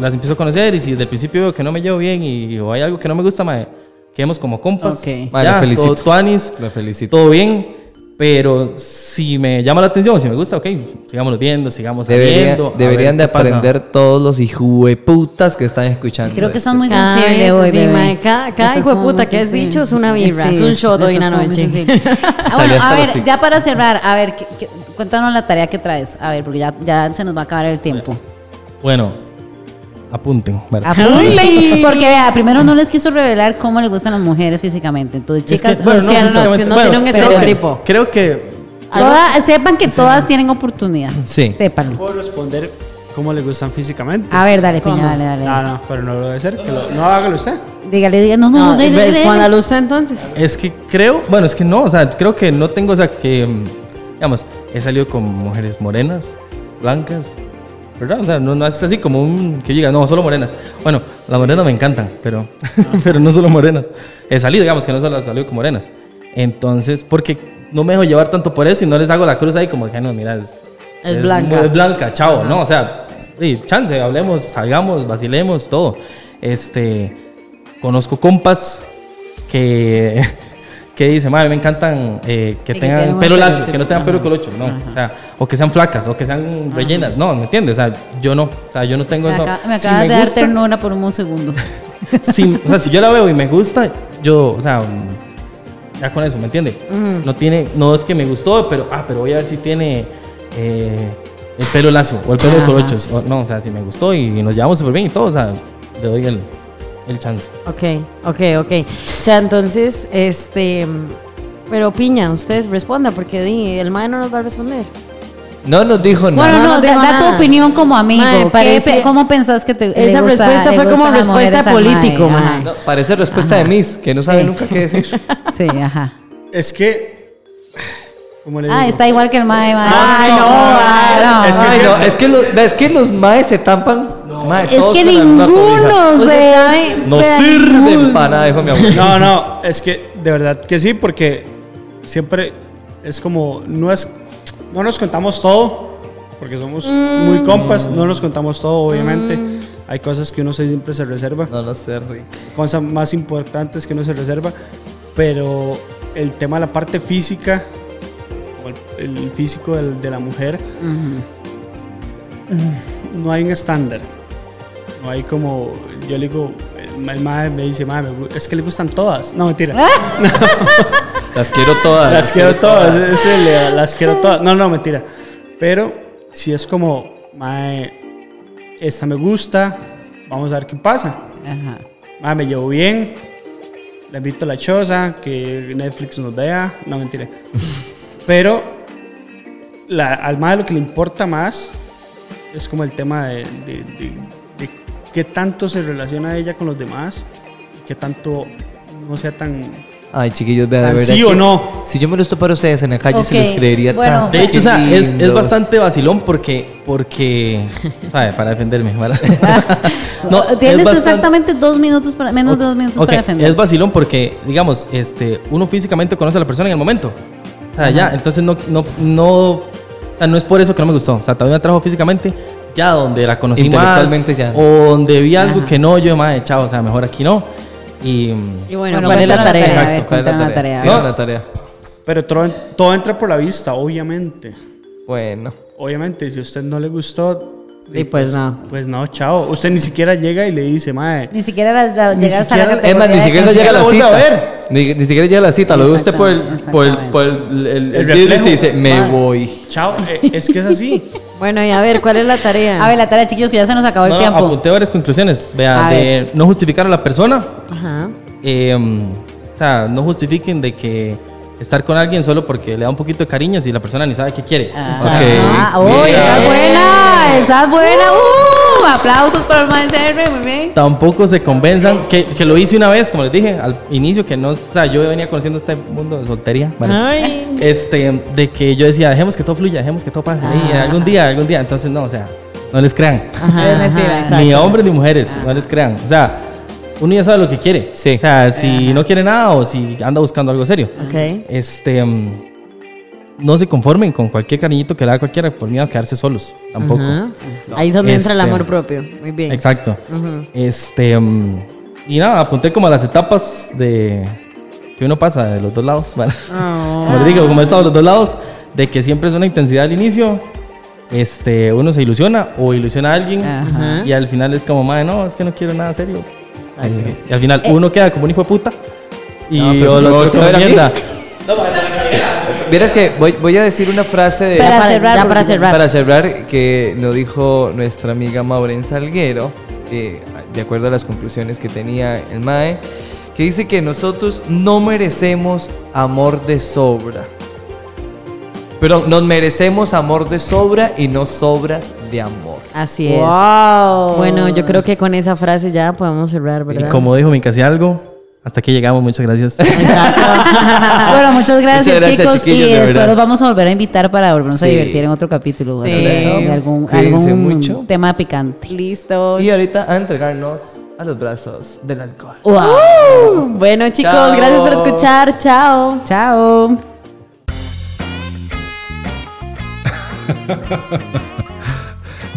Speaker 3: las empiezo a conocer y si desde el principio veo que no me llevo bien y o hay algo que no me gusta, mae, quedemos como compas.
Speaker 4: Ok.
Speaker 5: Mae,
Speaker 3: ya,
Speaker 5: la felicito.
Speaker 3: todo tuanis,
Speaker 5: La felicito.
Speaker 3: todo bien. Pero si me llama la atención, si me gusta, ok, sigámonos viendo, sigamos
Speaker 5: Debería-
Speaker 3: saliendo, a ver
Speaker 5: deberían de
Speaker 3: qué pasa.
Speaker 5: aprender todos los hijueputas que están escuchando.
Speaker 4: Creo que
Speaker 5: esto.
Speaker 4: son muy
Speaker 2: Cada
Speaker 4: sensibles
Speaker 2: vez,
Speaker 4: hoy,
Speaker 2: sí,
Speaker 4: bebé.
Speaker 2: mae, cada- cada
Speaker 4: Estás
Speaker 2: hijo de
Speaker 4: como
Speaker 2: puta
Speaker 4: muy
Speaker 2: que has
Speaker 4: sensible.
Speaker 2: dicho es una birra, es un shot hoy en la
Speaker 4: estás como
Speaker 2: noche. <laughs>
Speaker 4: muy sensible. Ah,
Speaker 5: Sale
Speaker 4: bueno,
Speaker 5: hasta
Speaker 4: a
Speaker 5: los
Speaker 4: ver,
Speaker 5: cinco.
Speaker 4: ya para cerrar, a ver, ¿qué- qué- cuéntanos la tarea que traes. A ver, porque ya, ya se nos va a acabar el tiempo.
Speaker 3: Bueno, apunten. ¿verdad?
Speaker 4: Apunten. Porque vea, primero no les quiso revelar cómo les gustan las mujeres físicamente. Entonces,
Speaker 3: Es que,
Speaker 4: chicas,
Speaker 3: bueno,
Speaker 4: lo
Speaker 3: no,
Speaker 4: siento.
Speaker 3: no, no,
Speaker 2: que no
Speaker 3: bueno,
Speaker 2: tiene un
Speaker 3: creo que-
Speaker 2: estereotipo.
Speaker 3: Creo que,
Speaker 4: Todas- sepan que todas tienen oportunidad.
Speaker 5: Sí.
Speaker 4: Sépanlo.
Speaker 6: Puedo responder cómo le gustan físicamente.
Speaker 4: A ver, dale,
Speaker 2: ¿Cómo?
Speaker 4: Piña, dale, dale.
Speaker 6: No, no, pero no lo debe ser. Que lo- no hágalo usted.
Speaker 4: Dígale, dígale, no, no, no,
Speaker 2: No,
Speaker 4: dale, dale, dale.
Speaker 2: Respóndalo usted entonces.
Speaker 3: es que creo, bueno, es que no, o sea, creo que no tengo, o sea, que, mm, digamos, he salido con mujeres morenas, blancas, ¿verdad? O sea, no, no es así como un, que yo diga, no, solo morenas. Bueno, las morenas me encantan, pero, <laughs> pero no solo morenas. He salido, digamos, que no solo he salido con morenas. Entonces, porque no me dejo llevar tanto por eso y no les hago la cruz ahí como que, "Ay, no, mira, es,
Speaker 2: Es blanca.
Speaker 3: muy blanca, chavo, ¿no? O sea, sí, chance, hablemos, salgamos, vacilemos, todo. Este, conozco compas que, <laughs> que dicen, madre, me encantan eh, que
Speaker 4: Sí, que
Speaker 3: tengan
Speaker 4: tengan
Speaker 3: pelo
Speaker 4: un
Speaker 3: lacio, que no
Speaker 4: estereotipo.
Speaker 3: tengan pelo colocho, no. O, sea, o que sean flacas, o que sean rellenas, no, ¿me entiendes? O sea, yo no, o sea, yo no tengo
Speaker 4: Me,
Speaker 3: eso.
Speaker 4: acaba- me
Speaker 3: Si
Speaker 4: acabas
Speaker 3: me
Speaker 4: de dar
Speaker 3: gusta,
Speaker 4: ternura por un segundo.
Speaker 3: <laughs> si- o sea, si yo la veo y me gusta, yo, o sea, mm, ya con eso, ¿me entiendes? No tiene, no es que me gustó, pero, ah, pero voy a ver si tiene eh, el pelo lacio o el pelo de colochos. O- no, o sea, si me gustó y, nos llevamos súper bien y todo, o sea, le doy el, el chance.
Speaker 2: Ok, ok, ok. O sea, entonces, este. Pero Piña, usted responda, porque di, el mae no nos va a responder.
Speaker 5: No nos dijo nada.
Speaker 4: Bueno,
Speaker 2: No,
Speaker 4: no,
Speaker 2: no
Speaker 4: da,
Speaker 2: digo
Speaker 4: da tu
Speaker 2: nada.
Speaker 4: opinión como amigo.
Speaker 2: Mae,
Speaker 4: ¿Qué
Speaker 2: parece-
Speaker 4: pe- ¿Cómo pensás que te le
Speaker 2: Esa
Speaker 4: gusta-
Speaker 2: respuesta
Speaker 4: le
Speaker 2: fue como
Speaker 4: gustan las
Speaker 2: respuesta
Speaker 4: mujeres al
Speaker 2: político,
Speaker 4: mae?
Speaker 2: mae.
Speaker 5: No, parece respuesta de Miss, que no sabe
Speaker 4: Sí.
Speaker 5: nunca qué
Speaker 4: <laughs>
Speaker 5: decir.
Speaker 4: Ajá. Sí, ajá.
Speaker 6: Es que. ¿Cómo le digo?
Speaker 4: Ah, está igual que el mae, mae.
Speaker 2: Ay, no, ay, no.
Speaker 6: Es que
Speaker 5: Ay, no,
Speaker 6: siempre-
Speaker 5: es, que los, es que los maes se tampan. mae,
Speaker 4: Es
Speaker 5: todos
Speaker 4: que
Speaker 5: con la misma cobija.
Speaker 4: ninguno se...
Speaker 2: Usted sabe-
Speaker 5: No
Speaker 4: Vean,
Speaker 5: sirven para nada, dijo mi abuelo.
Speaker 6: No, no, es que de verdad que sí, porque siempre es como, no es, no nos contamos todo, porque somos
Speaker 4: Mm.
Speaker 6: muy compas, no nos contamos todo, obviamente. Hay cosas que uno se- siempre se reserva,
Speaker 5: No, no sé, Rick.
Speaker 6: cosas más importantes que uno se reserva, pero el tema de la parte física, o el, el físico del- de la mujer, no hay un estándar. No hay como, yo le digo, el, el mae me dice, "Mae, me gu- es que le gustan todas. No, mentira.
Speaker 5: Las quiero todas.
Speaker 6: Las quiero todas, es el, eh, las quiero todas. No, no, mentira. Pero si es como, mae, esta me gusta, vamos a ver qué pasa.
Speaker 4: Ajá.
Speaker 6: Mae, Ah, me llevo bien, la invito a la choza, que Netflix nos vea.
Speaker 2: <laughs>
Speaker 6: No, mentira. Pero la, al mae lo que le importa más es como el tema de, de- de- de qué tanto se relaciona ella con los demás, qué tanto no sea tan...
Speaker 5: Ay, chiquillos, vea, de
Speaker 6: Ah,
Speaker 5: verdad.
Speaker 6: ¿sí o
Speaker 5: que
Speaker 6: no?
Speaker 5: Si yo me lo estoy para ustedes en la calle, se
Speaker 4: Ok,
Speaker 5: los creería
Speaker 4: bueno,
Speaker 5: tanto.
Speaker 3: De hecho, o sea,
Speaker 5: Qué
Speaker 3: es, es
Speaker 5: lindos.
Speaker 3: bastante vacilón porque, porque, ¿sabe? Para defenderme,
Speaker 4: <laughs>
Speaker 3: ¿verdad? No, es
Speaker 4: Tienes
Speaker 3: bastante-
Speaker 4: exactamente dos minutos, para, menos de dos minutos
Speaker 3: Ok,
Speaker 4: para defender.
Speaker 3: Es vacilón porque, digamos, este, uno físicamente conoce a la persona en el momento. O sea, ya, entonces no, no, no, o sea, no es por eso que no me gustó. O sea, también me atrajo físicamente, ya donde la conocí
Speaker 5: Intelectualmente
Speaker 3: más,
Speaker 5: ya.
Speaker 3: O donde vi algo que no, yo, madre, chao, o sea, mejor aquí no. Y, mm,
Speaker 2: Y bueno,
Speaker 4: Bueno,
Speaker 2: ¿cuál es la
Speaker 4: cuéntanos la
Speaker 2: tarea?
Speaker 4: tarea. A ver,
Speaker 5: ¿Cuál es
Speaker 4: cuéntame la tarea,
Speaker 5: Digan
Speaker 3: a ver.
Speaker 5: la tarea.
Speaker 6: Pero todo, todo entra por la vista, obviamente.
Speaker 5: Bueno.
Speaker 6: Obviamente, si a usted no le gustó,
Speaker 2: Y pues no.
Speaker 6: Pues no, chao. Usted ni siquiera llega y le dice, mae.
Speaker 4: Ni siquiera la- la-
Speaker 5: Ni
Speaker 4: llegas a la
Speaker 5: siquiera,
Speaker 4: categoría.
Speaker 5: es más, ni
Speaker 4: de
Speaker 5: siquiera
Speaker 4: que-
Speaker 5: llega a la vuelve cita. a ver. Ni, ni siquiera llega a la cita. Lo ve usted por el,
Speaker 4: Exactamente,
Speaker 5: por el, por el, el- el
Speaker 6: El
Speaker 5: vidrio y
Speaker 6: reflejo.
Speaker 5: usted dice, me
Speaker 6: Mae,
Speaker 5: voy.
Speaker 6: Chao. Eh, es que
Speaker 2: <laughs>
Speaker 6: es así.
Speaker 2: Bueno, y a ver, ¿cuál es la tarea?
Speaker 4: A ver, la tarea, chiquillos, que ya se nos acabó
Speaker 3: No,
Speaker 4: el
Speaker 3: no,
Speaker 4: tiempo.
Speaker 3: apunté varias conclusiones. Vea,
Speaker 4: A
Speaker 3: de no justificar a la persona.
Speaker 2: Ajá.
Speaker 3: eh, o sea, no justifiquen de que estar con alguien solo porque le da un poquito de cariño si la persona ni sabe qué quiere.
Speaker 4: Ah,
Speaker 5: Ok.
Speaker 4: ah, uy,
Speaker 5: Mira.
Speaker 4: esa es buena, esa es buena. Uh, aplausos para el Mancerre, muy bien.
Speaker 3: Tampoco se convenzan, que, que lo hice una vez, como les dije al inicio, que no, o sea, yo venía conociendo este mundo de soltería, ¿vale?
Speaker 4: Ah.
Speaker 2: Ay.
Speaker 3: este, de que yo decía, dejemos que todo fluya, dejemos que todo pase, y
Speaker 4: Ah.
Speaker 3: algún día, algún día, entonces no, o sea, no les crean,
Speaker 2: Ajá,
Speaker 4: Es mentira,
Speaker 2: ajá.
Speaker 3: ni hombres ni mujeres, no les crean, o sea, uno ya sabe lo que quiere,
Speaker 5: Sí.
Speaker 3: o sea, si no quiere nada o si anda buscando algo serio,
Speaker 2: Ok.
Speaker 3: este, mm, no se conformen con cualquier cariñito que le da cualquiera por miedo a quedarse solos, tampoco.
Speaker 2: Ajá. Ahí es donde entra el
Speaker 3: Este-
Speaker 2: amor propio. Muy bien.
Speaker 3: Exacto. Este. mm, Y nada, apunté como a las etapas de. que uno pasa de los dos lados. <laughs> ¿vale? Como les digo, como he estado de los dos lados, de que siempre es una intensidad al inicio. Este, uno se ilusiona o ilusiona a alguien
Speaker 4: Ajá.
Speaker 3: y al final es como, madre, no, es que no quiero nada serio. Eh, Y al final uno queda como un hijo de puta y
Speaker 5: No, pero
Speaker 3: o lo
Speaker 5: no,
Speaker 3: otro
Speaker 5: no
Speaker 3: como
Speaker 5: era mí.
Speaker 3: mierda.
Speaker 5: Vieras que voy, voy a decir una frase de.
Speaker 4: Para
Speaker 2: Ya para-
Speaker 4: cerrar,
Speaker 2: ya para
Speaker 4: Rosy.
Speaker 2: cerrar.
Speaker 5: Para cerrar, que nos dijo nuestra amiga Maureen Salguero, que, de acuerdo a las conclusiones que tenía el MAE, que dice que nosotros no merecemos amor de sobra. Pero nos merecemos amor de sobra y no sobras de amor.
Speaker 2: Así es.
Speaker 4: Wow.
Speaker 2: Bueno, yo creo que con esa frase ya podemos cerrar,
Speaker 3: Y
Speaker 2: ¿verdad?
Speaker 3: como dijo mi casi algo, hasta aquí llegamos, muchas gracias.
Speaker 4: <laughs> Bueno, muchas gracias,
Speaker 5: Muchas gracias,
Speaker 4: chicos. Y
Speaker 5: chiquillos, de
Speaker 4: después
Speaker 5: verdad.
Speaker 4: los vamos a volver a invitar para volvernos a
Speaker 5: Sí.
Speaker 4: divertir en otro capítulo.
Speaker 2: Sí.
Speaker 4: así que de algún,
Speaker 5: Cuídense
Speaker 4: algún
Speaker 5: mucho.
Speaker 4: tema picante.
Speaker 2: Listo.
Speaker 5: Y ahorita a entregarnos a los brazos del alcohol.
Speaker 4: Wow.
Speaker 2: Bueno, chicos,
Speaker 5: Uh. Chao.
Speaker 2: gracias por escuchar. Chao.
Speaker 4: Chao.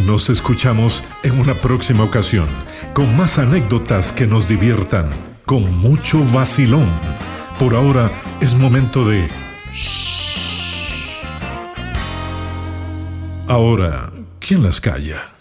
Speaker 1: Nos escuchamos en una próxima ocasión con más anécdotas que nos diviertan, con mucho vacilón. Por ahora es momento de... Shh. Ahora, ¿quién las calla?